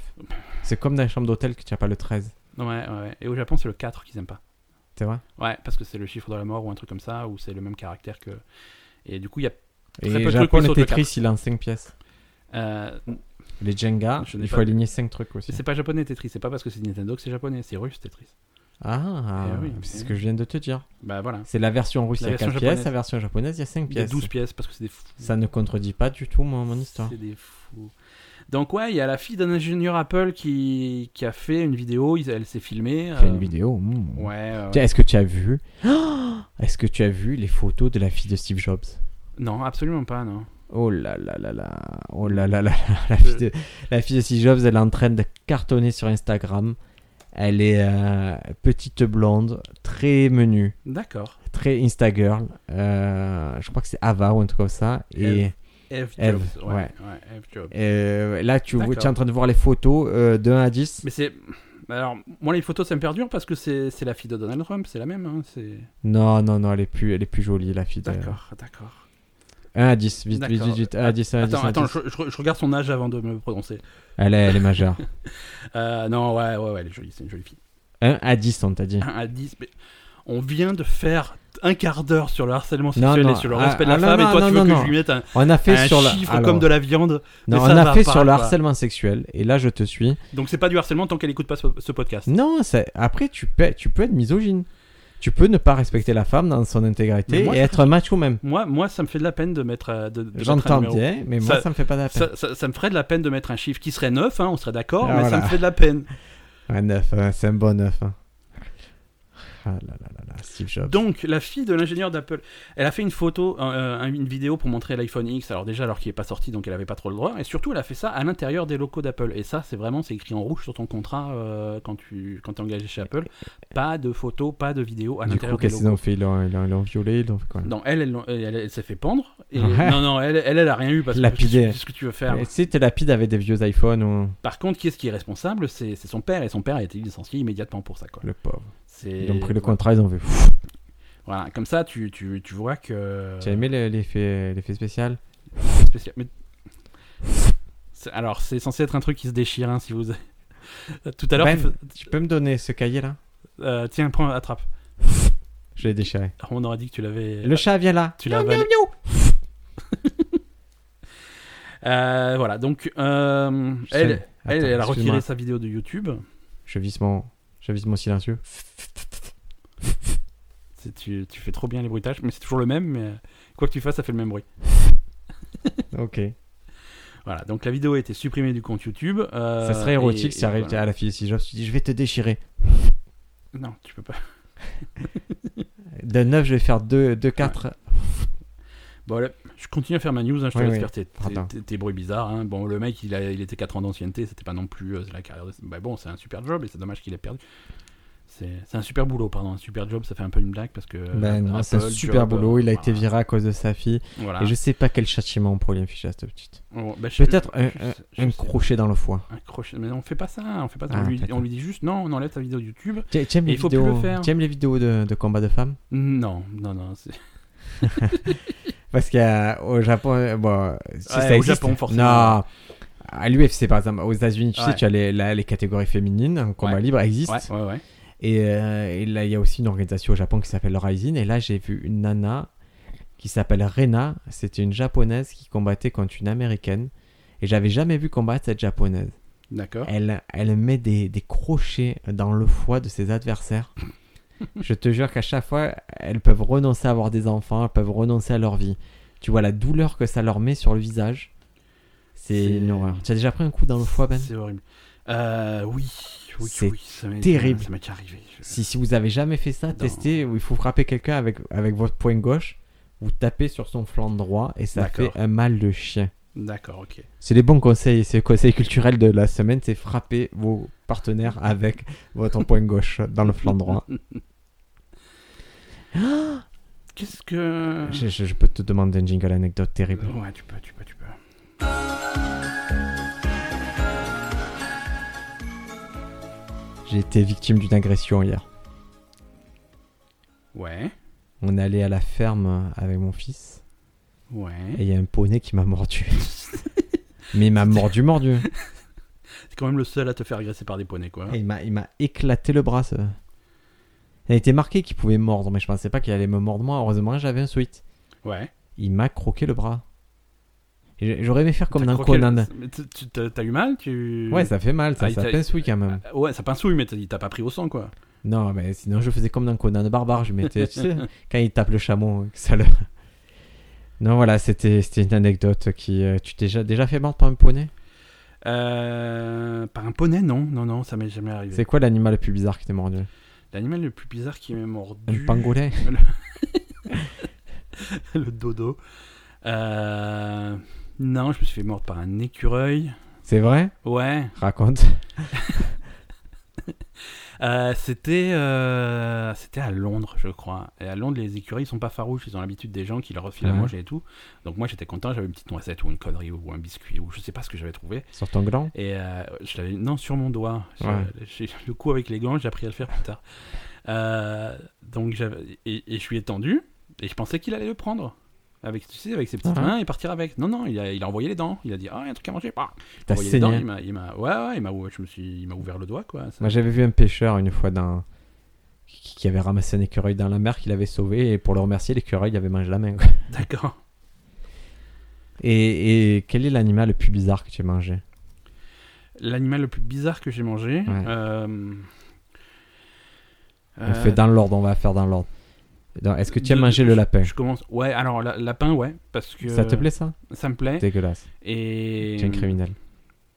S2: C'est comme dans la chambre d'hôtel que tu n'as pas le 13.
S1: Ouais, ouais, ouais. Et au Japon, c'est le 4 qu'ils aiment pas.
S2: C'est vrai
S1: Ouais, parce que c'est le chiffre de la mort ou un truc comme ça, ou c'est le même caractère que. Et du coup, il y a. Très peu
S2: Et
S1: de
S2: Japon,
S1: trucs
S2: le
S1: sautent le
S2: Tetris, il est en 5 pièces.
S1: euh,
S2: Les Jenga,
S1: Je n'ai
S2: il
S1: pas
S2: faut
S1: de-
S2: aligner 5 trucs aussi.
S1: c'est pas japonais Tetris, c'est pas parce que c'est Nintendo que c'est japonais, c'est russe Tetris.
S2: Ah,
S1: Eh oui, eh
S2: c'est ce
S1: oui.
S2: que je viens de te dire.
S1: Bah voilà.
S2: C'est la version russe,
S1: La
S2: il y a 4
S1: version
S2: pièces,
S1: japonaise.
S2: la version japonaise, il y a 5
S1: Il y a
S2: pièces.
S1: 12 pièces parce que c'est des fous.
S2: Ça ne contredit pas du tout mon, mon histoire.
S1: C'est des fous. Donc, ouais, il y a la fille d'un ingénieur Apple qui, qui a fait une vidéo, il- elle s'est filmée.
S2: Fais une
S1: euh,
S2: vidéo. mm.
S1: Ouais, euh, ouais, ouais.
S2: Tiens, Est-ce que tu as vu Oh Est-ce que tu as vu les photos de la fille de Steve Jobs
S1: Non, absolument pas, non.
S2: Oh là là là là, oh là là là là, la fille de, la fille de Steve Jobs, elle est en train de cartonner sur Instagram. Elle est euh, petite blonde, très menue,
S1: D'accord.
S2: très Instagirl. Euh, je crois que c'est Ava ou un truc comme ça. Et
S1: F.
S2: Eve,
S1: Jobs, ouais.
S2: ouais.
S1: ouais, Eve Jobs.
S2: euh, là, tu, vois-
S1: D'accord.
S2: tu es en train de voir les photos euh, de 1 à 10.
S1: Mais c'est. Alors, moi, les photos, ça me perdure parce que c'est c'est la fille de Donald Trump, c'est la même. Hein, c'est-
S2: Non, non, non, elle est plus, elle est plus jolie, la fille. de-
S1: D'accord, d'accord.
S2: 1 à 10, vite, vite,
S1: D'accord.
S2: vite, vite, 1 à 10, 1 à 10.
S1: Attends,
S2: 1 à
S1: attends
S2: 10.
S1: je, je- je regarde son âge avant de me prononcer.
S2: Elle, est, elle est majeure.
S1: Euh, non, ouais, ouais, ouais, elle est jolie, c'est une jolie fille.
S2: 1 à 10, on t'a dit.
S1: 1 à 10, mais on vient de faire un quart d'heure sur le harcèlement
S2: Non,
S1: sexuel et
S2: non,
S1: sur le
S2: ah,
S1: respect de la
S2: ah, non,
S1: femme, et
S2: non,
S1: toi, tu
S2: non,
S1: veux que
S2: non.
S1: je lui mette un,
S2: On a fait
S1: un
S2: sur
S1: chiffre
S2: la...
S1: comme de la viande. mais
S2: Non, on
S1: ça
S2: a
S1: va
S2: fait
S1: pas,
S2: sur le
S1: quoi.
S2: harcèlement sexuel, et là je te suis.
S1: Donc, c'est pas du harcèlement tant qu'elle écoute pas ce, ce podcast.
S2: Non, c'est- après tu peux, tu peux être misogyne. Tu peux ne pas respecter la femme dans son
S1: Mais
S2: intégrité
S1: moi,
S2: et
S1: ça-
S2: être un macho même.
S1: Moi, moi, ça me fait de la peine de mettre. euh, De, de mettre un
S2: J'entends
S1: numéro.
S2: bien, mais moi
S1: Ça-
S2: ça me fait pas de la peine.
S1: Ça, ça- ça me ferait de la peine de mettre un chiffre qui serait 9, hein, on serait d'accord,
S2: Ah,
S1: mais ça
S2: voilà.
S1: me fait de la peine.
S2: Un 9, c'est un bon 9. Ah là là là là, Steve Jobs.
S1: Donc, la fille de l'ingénieur d'Apple, elle a fait une photo, euh, une vidéo pour montrer l'iPhone X, alors déjà alors qu'il n'est pas sorti, donc elle n'avait pas trop le droit, et surtout elle a fait ça à l'intérieur des locaux d'Apple. Et ça, c'est vraiment, c'est écrit en rouge sur ton contrat euh, quand tu quand es engagé chez Apple. Pas de photo, pas de vidéo à
S2: du coup,
S1: l'intérieur des
S2: qu'est-ce qu'ils
S1: locaux.
S2: ont fait Ils l'ont- ils l'ont ils l'ont violé, ils l'ont fait quoi
S1: Non, elle, elle, elle, elle s'est fait pendre. Et,
S2: Ouais.
S1: Non, non, elle, elle, elle a rien eu parce que
S2: Lapidée.
S1: c'est ce que tu veux faire.
S2: Et Si t'es lapide avec des vieux iPhones ou.
S1: Par contre, qui est-ce qui est responsable C'est c'est son père, et son père a été licencié immédiatement pour ça. Quoi.
S2: Le pauvre.
S1: C'est-
S2: Ils ont pris le
S1: voilà.
S2: contrat, ils ont fait. Pfff.
S1: Euh, Voilà, comme ça, tu, tu, tu vois que.
S2: T'as aimé le- l'effet l'effet spécial
S1: spécial. Mais- C'est- Alors, c'est censé être un truc qui se déchire, hein, si vous. Tout à l'heure,
S2: Ben.
S1: tu fais-
S2: Tu peux me donner ce cahier là
S1: euh, tiens, prends, attrape.
S2: Je l'ai déchiré.
S1: On aurait dit que tu l'avais.
S2: Le chat vient là.
S1: Tu l'as avalé. Euh, voilà, donc euh,
S2: Je
S1: elle,
S2: sais.
S1: elle,
S2: Attends,
S1: elle a
S2: excuse-moi.
S1: retiré sa vidéo de YouTube.
S2: Je visse mon, je visse mon silencieux.
S1: C'est- Tu, tu fais trop bien les bruitages, mais c'est toujours le même. Mais quoi que tu fasses, ça fait le même bruit.
S2: Ok.
S1: Voilà, donc la vidéo a été supprimée du compte YouTube. euh,
S2: ça serait érotique
S1: et-
S2: si
S1: et
S2: t'arrives
S1: voilà.
S2: à la fille de Steve Jobs, tu dis je vais te déchirer.
S1: Non, tu peux pas.
S2: D'un 9, je vais faire 2, 2 4.
S1: Bon, là, je continue à faire ma news, hein, je te
S2: Oui,
S1: laisse
S2: oui.
S1: faire tes, tes-
S2: Pardon.
S1: tes- tes bruits bizarres. hein. Bon, le mec, il, a, il était 4 ans d'ancienneté, c'était pas non plus euh, la carrière de... Bah bon, c'est un super job et c'est dommage qu'il ait perdu. C'est c'est un super boulot, pardon. Un super job, ça fait un peu une blague parce que... euh,
S2: Ben non,
S1: Apple,
S2: c'est un super
S1: job,
S2: boulot.
S1: euh,
S2: Il a été
S1: voilà.
S2: viré à cause de sa fille.
S1: Voilà.
S2: Et je sais pas quel châtiment on pourrait lui infliger à cette petite.
S1: Bon, bah, je-
S2: Peut-être un,
S1: je-
S2: un-
S1: je
S2: un
S1: sais pas.
S2: crochet dans le foie.
S1: Un crochet. Mais on fait pas ça, on fait pas ça.
S2: Ah,
S1: on, lui,
S2: peut-être.
S1: on lui dit juste, non, on enlève ta vidéo YouTube.
S2: T'a- T'aimes
S1: Et
S2: les,
S1: il faut plus le
S2: vidéos...
S1: faire.
S2: t'aimes les vidéos de, de combat de femmes
S1: Non, non, non. c'est-
S2: Parce qu'au Japon, euh, bon, si
S1: Ouais,
S2: ça
S1: au
S2: existe-
S1: Japon, forcément.
S2: Non, à l'UFC par exemple, aux États-Unis, tu
S1: Ouais.
S2: sais, tu as les, la- les catégories féminines, en combat
S1: Ouais.
S2: libre existent.
S1: Ouais, ouais, ouais.
S2: Et, euh, et là, il y a aussi une organisation au Japon qui s'appelle Rising. Et là, j'ai vu une nana qui s'appelle Rena. C'était une japonaise qui combattait contre une américaine. Et j'avais jamais vu combattre cette japonaise.
S1: D'accord.
S2: Elle, elle met des, des crochets dans le foie de ses adversaires. Je te jure qu'à chaque fois, elles peuvent renoncer à avoir des enfants, elles peuvent renoncer à leur vie. Tu vois la douleur que ça leur met sur le visage. C'est
S1: C'est-
S2: une horreur. Tu as déjà pris un coup dans le foie, Ben
S1: C'est horrible. Euh, oui, oui,
S2: C'est
S1: oui, ça m'est-
S2: terrible.
S1: Ça m'est déjà arrivé. Je-
S2: Si, si vous avez jamais fait ça,
S1: Dans-
S2: testez où il faut frapper quelqu'un avec, avec votre poing gauche, vous tapez sur son flanc droit et ça
S1: D'accord.
S2: fait un mal de chien.
S1: D'accord, ok.
S2: C'est les bons conseils, c'est le conseil culturel de la semaine, c'est frapper vos partenaires avec votre poing gauche dans le flanc droit.
S1: Qu'est-ce que.
S2: Je, je- je peux te demander un jingle anecdote terrible.
S1: Ouais, tu peux, tu peux, tu peux.
S2: J'ai été victime d'une agression hier.
S1: Ouais,
S2: On allait à la ferme avec mon fils et
S1: ouais.
S2: il y a un poney qui m'a mordu. Mais il m'a mordu, mordu.
S1: C'est quand même le seul à te faire agresser par des poneys, quoi.
S2: Et il m'a, il m'a éclaté le bras. ça. Il a été marqué qu'il pouvait mordre, mais je pensais pas qu'il allait me mordre moi. Heureusement, j'avais un sweat.
S1: Ouais.
S2: Il m'a croqué le bras. Et j'ai- j'aurais aimé faire comme
S1: T'as
S2: dans
S1: croqué le-
S2: Conan.
S1: Mais tu- tu- t'as t'as eu mal tu...
S2: Ouais, ça fait mal, ça,
S1: Ah, il
S2: ça
S1: t'a-
S2: fait un sweat quand même.
S1: Ah, Ouais, ça pinsouille, mais t'as dit, t'as pas pris au sang, quoi.
S2: Non, mais sinon je faisais comme dans Conan barbare. Je mettais, tu sais, quand il tape le chameau, hein, que ça le. Non, voilà, c'était, c'était une anecdote qui. euh, tu t'es déjà, déjà fait mordre par un poney
S1: Euh, par un poney, non. Non, non, ça m'est jamais arrivé.
S2: C'est quoi l'animal le plus bizarre qui t'est mordu
S1: L'animal le plus bizarre qui m'est
S2: Un
S1: mordu.
S2: pangolin
S1: le dodo. Euh, Non, je me suis fait mordre par un écureuil.
S2: C'est vrai
S1: Ouais.
S2: Raconte.
S1: Euh, c'était euh, c'était à Londres, je crois. Et à Londres, les écuries ils sont pas farouches, ils ont l'habitude des gens qui leur refilent à
S2: Ouais.
S1: manger et tout. Donc moi, j'étais content, j'avais une petite noisette ou une connerie ou un biscuit ou je sais pas ce que j'avais trouvé.
S2: Sur ton gland
S1: Et euh, je l'avais non sur mon doigt. Je-
S2: Ouais.
S1: j'ai- Le coup avec les gants, j'ai appris à le faire plus tard. Euh, donc j'avais et, et je lui ai tendu et je pensais qu'il allait le prendre. Avec, tu sais, avec ses petites
S2: Ah.
S1: mains et partir avec. Non, non, il a, il a envoyé les dents. Il a dit Ah, il y a un truc à manger. Bah.
S2: T'as
S1: Envoyé les dents,
S2: saigné.
S1: il m'a- il m'a. Ouais, ouais, il m'a je me suis- il m'a ouvert le doigt, quoi. Ça-
S2: Moi, j'avais vu un pêcheur une fois d'un qui qui avait ramassé un écureuil dans la mer qu'il avait sauvé et pour le remercier l'écureuil il avait mangé la main quoi.
S1: D'accord.
S2: Et, et quel est l'animal le plus bizarre que tu as mangé
S1: L'animal le plus bizarre que j'ai mangé.
S2: Ouais.
S1: euh,
S2: On fait
S1: euh,
S2: dans l'ordre, on va faire dans l'ordre. Dans- Est-ce que tu as
S1: de-
S2: mangé le lapin
S1: Je commence. Ouais, alors la- lapin, ouais, parce que
S2: Ça te plaît ça
S1: ça me plaît.
S2: Dégueulasse.
S1: Et
S2: Tu es un criminel.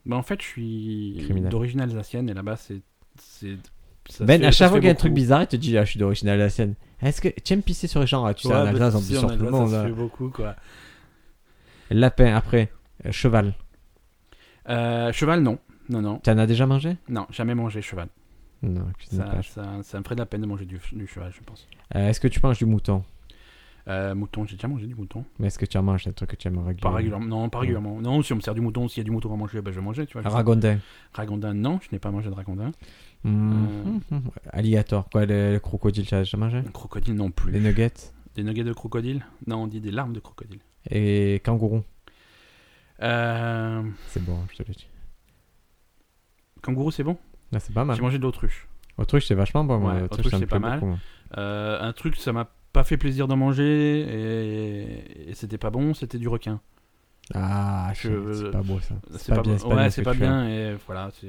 S1: Bah, en fait, je suis
S2: Criminel.
S1: d'origine alsacienne et là-bas, c'est c'est ça se
S2: Ben,
S1: fait- ça
S2: à chaque
S1: se
S2: fois
S1: fait
S2: qu'il y a un truc
S1: beaucoup.
S2: bizarre, il te dit Ah, je suis d'origine alsacienne. Est-ce que tu aimes pisser sur les gens Ah, Tu sais,
S1: Ouais,
S2: en
S1: bah,
S2: Alsace, on
S1: si,
S2: pisse
S1: en
S2: sur tout le
S1: Alsace,
S2: monde.
S1: Ça se fait
S2: hein.
S1: beaucoup, quoi.
S2: Lapin, après, euh, cheval.
S1: Euh, cheval, non. Non, non,
S2: Tu en as déjà mangé
S1: non, jamais mangé cheval.
S2: Non, tu n'as
S1: Ça,
S2: pas.
S1: ça, ça me ferait de la peine de manger du, du cheval, je pense.
S2: Euh, Est-ce que tu manges du mouton
S1: Euh, mouton, j'ai déjà mangé du mouton.
S2: Mais est-ce que tu en manges C'est un truc que tu aimes régulièrement
S1: Pas régulièrement. Non, pas régulièrement. Non, si on me sert du mouton, s'il y a du mouton à manger, ben, je vais manger, tu vois. je-
S2: Ragondin.
S1: Ragondin, non, je n'ai pas mangé de ragondin.
S2: Hein Mmh.
S1: Hmm.
S2: Mmh. Alligator, quoi, le, le crocodile, tu as déjà mangé
S1: Un crocodile non plus.
S2: Les nuggets
S1: Des nuggets de crocodile Non, on dit des larmes de crocodile.
S2: et kangourou.
S1: Euh,
S2: C'est bon, je te le dis.
S1: Kangourou, c'est bon
S2: Là, c'est pas mal.
S1: J'ai mangé de l'autruche.
S2: Autruche, c'est vachement bon. moi.
S1: Ouais,
S2: Autruche,
S1: autruche,
S2: ça me
S1: c'est pas
S2: plaît
S1: mal.
S2: beaucoup, moi.
S1: Euh, un truc, ça m'a pas fait plaisir d'en manger et, et c'était pas bon, c'était du requin.
S2: Ah,
S1: Je-
S2: c'est- c'est pas beau ça.
S1: C'est pas, bon.
S2: bien,
S1: ouais,
S2: ce
S1: c'est
S2: que
S1: pas
S2: tu
S1: bien et voilà. c'est-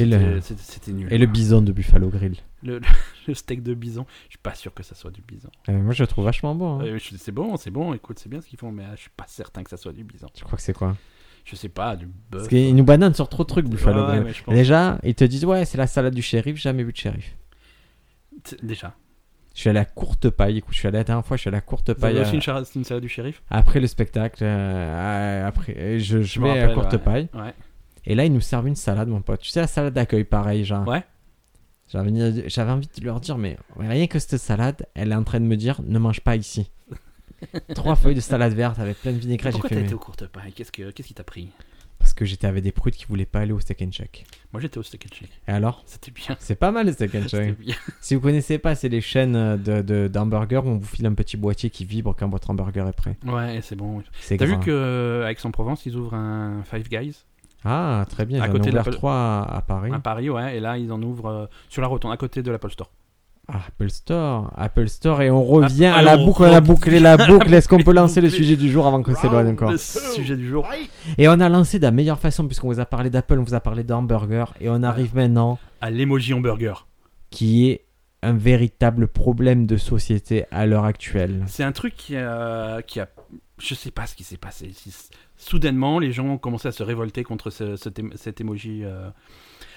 S2: Et le-
S1: C'était c'était- c'était nul.
S2: fais. Et le bison de Buffalo Grill.
S1: Le- le steak de bison, je suis pas sûr que ça soit du bison.
S2: Euh, moi, je le trouve vachement bon. hein.
S1: Euh, je- c'est bon, c'est bon, écoute, c'est bien ce qu'ils font, mais euh, je suis pas certain que ça soit du bison.
S2: Je crois que c'est quoi
S1: Je sais pas, du bœuf.
S2: Parce qu'ils nous bananent sur trop de trucs,
S1: Ouais,
S2: Buffalo
S1: ouais,
S2: Grill.
S1: mais je pense-
S2: Déjà, ils te disent Ouais, c'est la salade du shérif, jamais vu de shérif.
S1: T- Déjà.
S2: Je suis allé à Courte Paille, écoute, je suis allé la dernière fois, je suis allé à
S1: Vous
S2: Courte
S1: avez aussi
S2: Paille. euh,
S1: Bah, une, chara- une salade du shérif
S2: Après le spectacle, euh, euh, après, euh, je, je
S1: me
S2: vais à
S1: rappelle,
S2: Courte
S1: ouais.
S2: Paille.
S1: Ouais.
S2: Et là, ils nous servent une salade, mon pote. Tu sais, la salade d'accueil, pareil, genre.
S1: Ouais.
S2: J'avais envie- j'avais envie de leur dire, mais rien que cette salade, elle est en train de me dire, ne mange pas ici. Trois feuilles de salade verte avec plein de vinaigrette. J'ai
S1: Pourquoi
S2: fait,
S1: t'as
S2: mais-
S1: été au courte paille Qu'est-ce que- qu'est-ce qui t'a pris
S2: Parce que j'étais avec des prudes qui voulaient pas aller au steak and shake.
S1: Moi j'étais au steak and shake.
S2: Et alors
S1: C'était bien.
S2: C'est pas mal le steak and
S1: C'était
S2: shake.
S1: bien.
S2: Si vous connaissez pas, c'est les chaînes euh, de- de- d'hamburgers où on vous file un petit boîtier qui vibre quand votre hamburger est prêt.
S1: Ouais, c'est bon.
S2: C'est
S1: T'as vu
S2: grand.
S1: que euh, Aix-en-Provence, ils ouvrent un Five Guys
S2: Ah, très bien.
S1: À
S2: J'en
S1: côté
S2: ai
S1: de
S2: ouvert
S1: l'Apple-
S2: trois à, à Paris.
S1: à Paris, ouais, et là ils en ouvrent euh, sur la rotonde, à côté de l'Apple Store.
S2: Ah, Apple Store. Apple Store. Et on revient
S1: Ah,
S2: à la
S1: on
S2: boucle. On a
S1: revient. Ah,
S2: bouclé la boucle. Est-ce qu'on peut lancer le
S1: bouclée.
S2: sujet du jour avant qu'on s'éloigne encore
S1: Le sujet du jour.
S2: Et on a lancé de la meilleure façon puisqu'on vous a parlé d'Apple, on vous a parlé d'hamburger. Et on arrive maintenant
S1: À l'emoji hamburger.
S2: qui est un véritable problème de société à l'heure actuelle.
S1: C'est un truc qui a, qui a. Je sais pas ce qui s'est passé. Si- soudainement, les gens ont commencé à se révolter contre ce, cet émo- cet emoji. euh.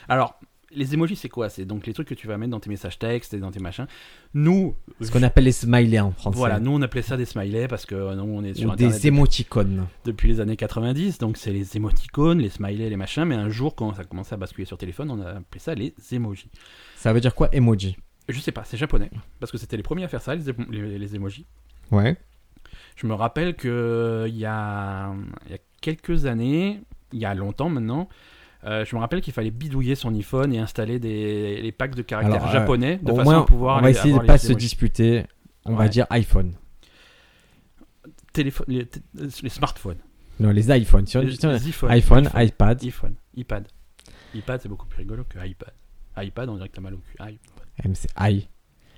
S1: Alors, les emojis, c'est quoi C'est donc les trucs que tu vas mettre dans tes messages textes et dans tes machins. Nous,
S2: Ce qu'on appelle les smileys en français.
S1: voilà, nous on appelait ça des smileys parce que euh, nous, on est sur
S2: ou
S1: Internet
S2: des émoticônes.
S1: depuis les années 90, donc c'est les émoticônes, les smileys, les machins. Mais un jour, quand ça a commencé à basculer sur téléphone, on a appelé ça les emojis.
S2: Ça veut dire quoi, emoji
S1: Je sais pas, c'est japonais parce que c'était les premiers à faire ça, les, émo- les, les emojis.
S2: Ouais.
S1: Je me rappelle que euh, il y a, il y a quelques années, il y a longtemps maintenant, euh, je me rappelle qu'il fallait bidouiller son iPhone et installer des, les packs de caractères
S2: Alors, euh,
S1: japonais de
S2: Au
S1: façon
S2: moins,
S1: à pouvoir
S2: on va
S1: les-
S2: essayer de
S1: avoir
S2: pas
S1: les
S2: se
S1: emojis.
S2: disputer. On va
S1: Ouais.
S2: dire iPhone.
S1: Téléphone- les, les smartphones,
S2: Non, les iPhones. Si on
S1: les,
S2: dit- tiens,
S1: les iPhones,
S2: iPhone, iPad.
S1: iPhone, iPad. iPad, c'est beaucoup plus rigolo que iPad. iPad, on dirait que t'as mal au cul. iPod.
S2: M, c'est i.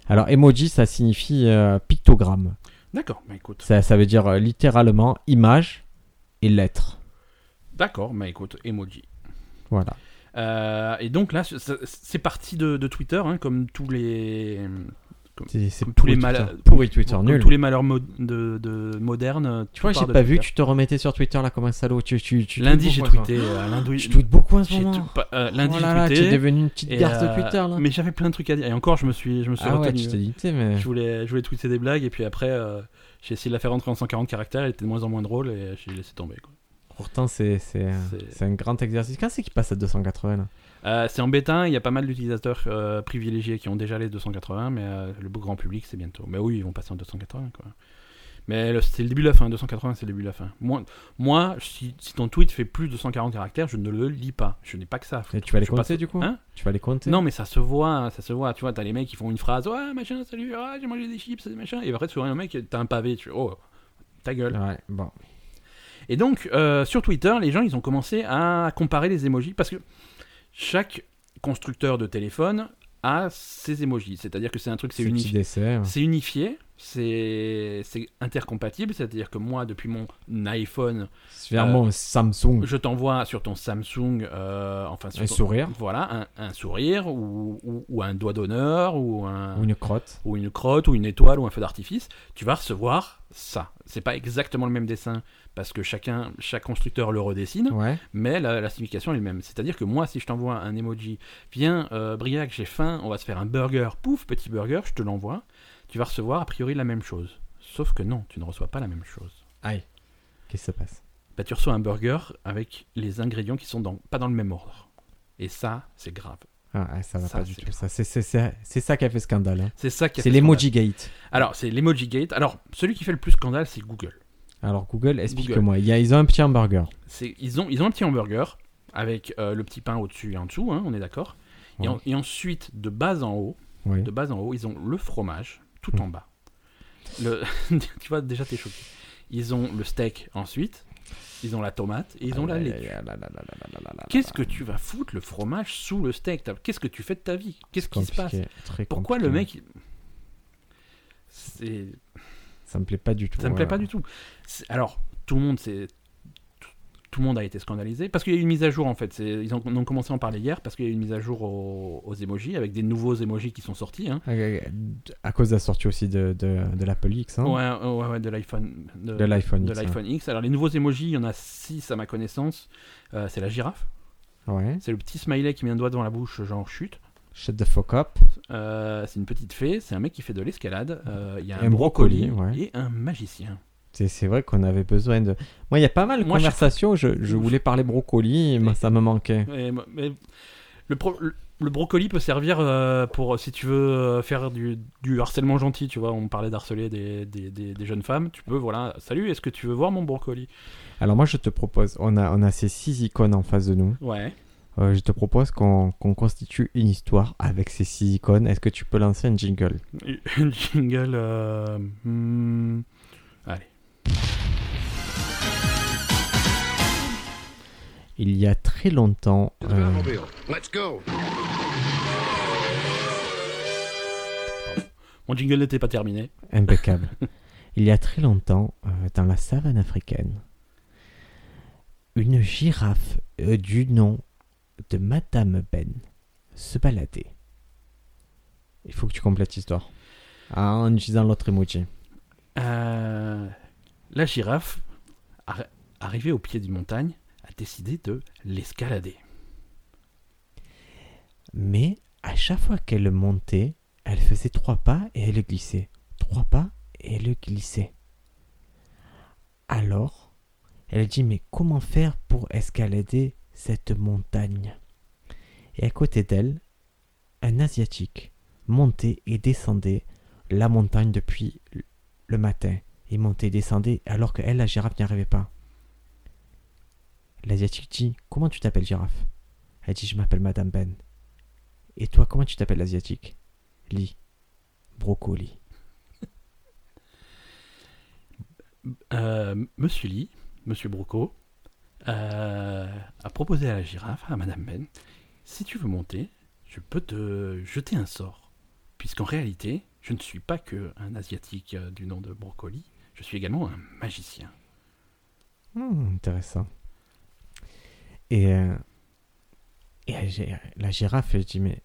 S2: Alors, emoji, ça signifie euh, pictogramme.
S1: D'accord, bah écoute.
S2: Ça, ça veut dire euh, littéralement image et lettre.
S1: D'accord, bah écoute, emoji.
S2: Voilà.
S1: Euh, et donc là, c'est- c'est parti de, de Twitter, hein, comme tous les comme-
S2: C'est c'est
S1: Comme tous
S2: pourri
S1: les
S2: Twitter.
S1: malades-
S2: Pourri Twitter,
S1: comme
S2: nul.
S1: tous les malheurs mo- de, de modernes.
S2: Tu vois, j'ai pas vu, tu te remettais sur Twitter là comme un salaud. Tu, tu, tu
S1: Lundi,
S2: tweets
S1: j'ai
S2: beaucoup, toi. Ah,
S1: tweeté. euh, lundi,
S2: Je tweete beaucoup en ce
S1: j'ai
S2: moment.
S1: tout- pas- euh, Lundi,
S2: oh
S1: j'ai
S2: là là, tu
S1: tweeté,
S2: es devenu une petite
S1: et,
S2: garce
S1: euh,
S2: de Twitter là.
S1: Mais j'avais plein de trucs à dire. Et encore, je me suis, je me suis
S2: ah ouais,
S1: retenu.
S2: tu t'es dit, tu sais, mais.
S1: Je voulais, je voulais tweeter des blagues et puis après, euh, j'ai essayé de la faire rentrer en 140 caractères. Elle était de moins en moins drôle et j'ai laissé tomber. quoi.
S2: Pourtant, c'est c'est euh,
S1: C'est-
S2: c'est un grand exercice. Quand c'est qu'il passe à 280 là
S1: Euh, c'est en bêta, il y a pas mal d'utilisateurs euh, privilégiés qui ont déjà les 280, mais euh, le grand public c'est bientôt. Mais oui, ils vont passer en 280 quoi. Mais le- c'est le début de la fin, 280 c'est le début de la fin. Moi, moi si, si ton tweet fait plus de 240 caractères, je ne le lis pas. Je n'ai pas que ça. à
S2: Et
S1: foutre.
S2: Tu vas les
S1: Je passe-
S2: compter du coup
S1: Hein
S2: Tu vas les compter
S1: Non, mais ça se voit, hein, ça se voit. Tu vois, t'as les mecs qui font une phrase, ouais, machin, salut, ah, j'ai mangé des chips, machin. Et après, tu vois un mec, t'as un pavé, tu fais, oh, ta gueule.
S2: Ouais, bon.
S1: Et donc, euh, sur Twitter, les gens, ils ont commencé à comparer les emojis parce que chaque constructeur de téléphone a ses emojis. C'est-à-dire que c'est un truc, c'est
S2: C'est petit
S1: unifié.
S2: dessert.
S1: C'est unifié, c'est c'est intercompatible. C'est-à-dire que moi, depuis mon iPhone,
S2: C'est vraiment un Samsung.
S1: Euh, je t'envoie sur ton Samsung, euh, enfin sur
S2: Mm. Un
S1: ton-
S2: sourire.
S1: Voilà, un, un sourire ou, ou- ou un doigt d'honneur ou un
S2: Ou une crotte.
S1: ou une crotte ou une étoile ou un feu d'artifice, tu vas recevoir ça. C'est pas exactement le même dessin parce que chacun, chaque constructeur le redessine,
S2: Ouais.
S1: mais la, la signification est la même. C'est-à-dire que moi, si je t'envoie un emoji, viens, euh, Briac, j'ai faim, on va se faire un burger, pouf, petit burger, je te l'envoie, tu vas recevoir a priori la même chose. Sauf que non, tu ne reçois pas la même chose.
S2: Aïe. Qu'est-ce qui se passe
S1: Bah, tu reçois un burger avec les ingrédients qui sont dans, pas dans le même ordre. Et ça, c'est grave.
S2: ah, ah, ça va
S1: Ça,
S2: pas du
S1: c'est
S2: tout. Ça, c'est- c'est- c'est c'est ça qui a fait scandale. hein.
S1: C'est ça qui a
S2: C'est
S1: fait scandale.
S2: l'emoji gate.
S1: Alors, c'est l'emoji gate. Alors, celui qui fait le plus scandale, c'est Google.
S2: Alors Google, explique-moi. Il y a- Ils ont un petit hamburger.
S1: C'est- ils, ont, ils ont un petit hamburger avec euh, le petit pain au-dessus et en dessous, hein, on est d'accord. Et,
S2: Ouais.
S1: en- et ensuite, de bas en haut,
S2: Oui.
S1: de bas en haut, ils ont le fromage tout
S2: Mm.
S1: en bas. Le- tu vois, déjà t'es choqué. Ils ont le steak ensuite, ils ont la tomate et ils ont la
S2: Aïe,
S1: laitue.
S2: aïe, aïe, là, là, là, là, là, là, là, là.
S1: Qu'est-ce que tu vas foutre le fromage sous le steak T'as- Qu'est-ce que tu fais de ta vie Qu'est-ce qui se passe
S2: Compliqué, très
S1: Pourquoi le
S2: compliqué.
S1: mec il- C'est
S2: Ça me plaît pas du tout.
S1: Ça me plaît
S2: voilà.
S1: pas du tout. C'est- Alors, tout le monde c'est tout- tout le monde a été scandalisé parce qu'il y a eu une mise à jour en fait. C'est- Ils ont, on ont commencé à en parler hier parce qu'il y a eu une mise à jour aux, aux emojis avec des nouveaux emojis qui sont sortis. hein.
S2: Ok, ok. À cause de la sortie aussi de, de, de l'Apple X, hein,
S1: Ouais, euh, ouais, ouais, de l'iPhone.
S2: de l'iPhone
S1: de
S2: X. hein.
S1: l'iPhone X. Alors les nouveaux emojis, il y en a 6 à ma connaissance. Euh, c'est la girafe,
S2: Ouais.
S1: c'est le petit smiley qui met un doigt devant la bouche, genre chute.
S2: Shut the fuck up.
S1: Euh, c'est une petite fée, c'est un mec qui fait de l'escalade. Euh, Il y a un,
S2: Un brocoli,
S1: et un magicien.
S2: C'est, c'est vrai qu'on avait besoin de. Moi, il y a pas mal de
S1: Moi, je-
S2: conversations. où Je, je voulais parler brocoli, mais ça me manquait.
S1: Ouais, mo- mais le, pro- le- le brocoli peut servir euh, pour si tu veux euh, faire du, du harcèlement gentil, tu vois. On parlait d'harceler des, des- des- des jeunes femmes. Tu peux, voilà, salut, est-ce que tu veux voir mon brocoli
S2: Alors, moi, je te propose. On a, on a ces six icônes en face de nous.
S1: Ouais.
S2: Euh, je te propose qu'on, qu'on constitue une histoire avec ces six icônes. Est-ce que tu peux lancer un jingle
S1: Un jingle. euh, hmm, allez.
S2: Il y a très longtemps.
S3: To the
S2: euh,
S3: Batmobile. Let's go.
S1: Mon jingle n'était pas terminé.
S2: Impeccable. Il y a très longtemps, euh, dans la savane africaine, une girafe euh, du nom de Madame Ben se baladait. Il faut que tu complètes l'histoire. Ah, en utilisant l'autre emoji.
S1: Euh, la girafe, arri- arrivée au pied d'une montagne, a décidé de l'escalader.
S2: Mais à chaque fois qu'elle montait, elle faisait trois pas et elle glissait. Trois pas et elle glissait. Alors, elle dit mais comment faire pour escalader cette montagne Et à côté d'elle, un Asiatique montait et descendait la montagne depuis le matin. Il montait et descendait alors que elle, la girafe, n'y arrivait pas. L'Asiatique dit Comment tu t'appelles girafe Elle dit Je m'appelle Madame Ben. Et toi, comment tu t'appelles l'asiatique Lee. Brocoli.
S1: Euh, Monsieur Lee, Monsieur Broco, euh, a proposé à la girafe, à Madame Ben, si tu veux monter, je peux te jeter un sort. Puisqu'en réalité, je ne suis pas que un asiatique euh, du nom de Brocoli, je suis également un magicien.
S2: Hmm, intéressant. Et, euh, et la gi- la girafe, elle dit, mais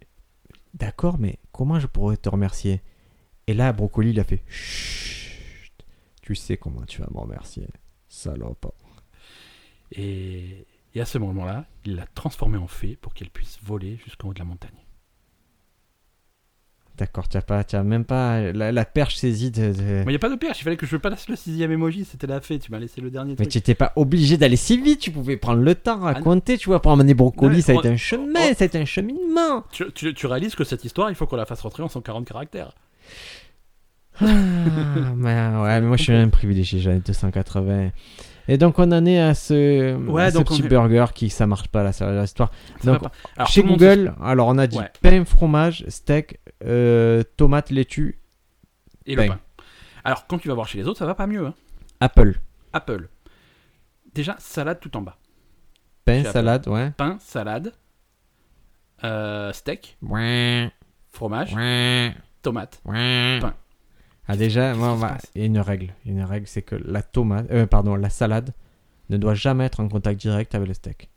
S2: d'accord, mais comment je pourrais te remercier Et là, Brocoli, il a fait Chut, tu sais comment tu vas me remercier, salope.
S1: Et, et à ce moment-là, il l'a transformée en fée pour qu'elle puisse voler jusqu'en haut de la montagne.
S2: D'accord, t'as pas, t'as même pas la, la perche saisie de. de-
S1: Mais il n'y a pas de perche, il fallait que je passe le sixième emoji, c'était la fée, tu m'as laissé le dernier
S2: Mais
S1: truc.
S2: tu n'étais pas obligé d'aller si vite, tu pouvais prendre le temps à
S1: Ah,
S2: compter, tu vois, pour emmener
S1: Non,
S2: Brocoli,
S1: mais
S2: ça a
S1: on-
S2: été un chemin,
S1: on-
S2: ça a été un cheminement.
S1: Tu, tu- tu réalises que cette histoire, il faut qu'on la fasse rentrer en 140 caractères.
S2: Ah, mais, ouais, mais moi je suis un privilégié, j'en ai 280. Et donc on en est à ce,
S1: Ouais,
S2: à ce
S1: donc on
S2: petit
S1: est-
S2: burger qui ça marche pas là, ça, l'histoire.
S1: Ça
S2: Donc,
S1: va pas. Alors,
S2: Chez
S1: tout le monde se-
S2: Google, alors on a dit
S1: Ouais.
S2: pain, fromage, steak, euh, tomate, laitue,
S1: Et le
S2: Bang.
S1: pain. Alors, quand tu vas voir chez les autres, ça va pas mieux. hein.
S2: Apple.
S1: Apple. Déjà, salade tout en bas.
S2: Pain,
S1: Chez
S2: salade, ouais.
S1: Pain, salade, euh, steak,
S2: Ouais,
S1: fromage,
S2: ouais,
S1: tomate.
S2: ouais.
S1: Pain.
S2: Ah déjà, moi, on
S1: qui se
S2: va-
S1: passe
S2: il y a une règle. Il y a Une règle, c'est que la tomate, euh, pardon, la salade ne doit jamais être en contact direct avec le steak.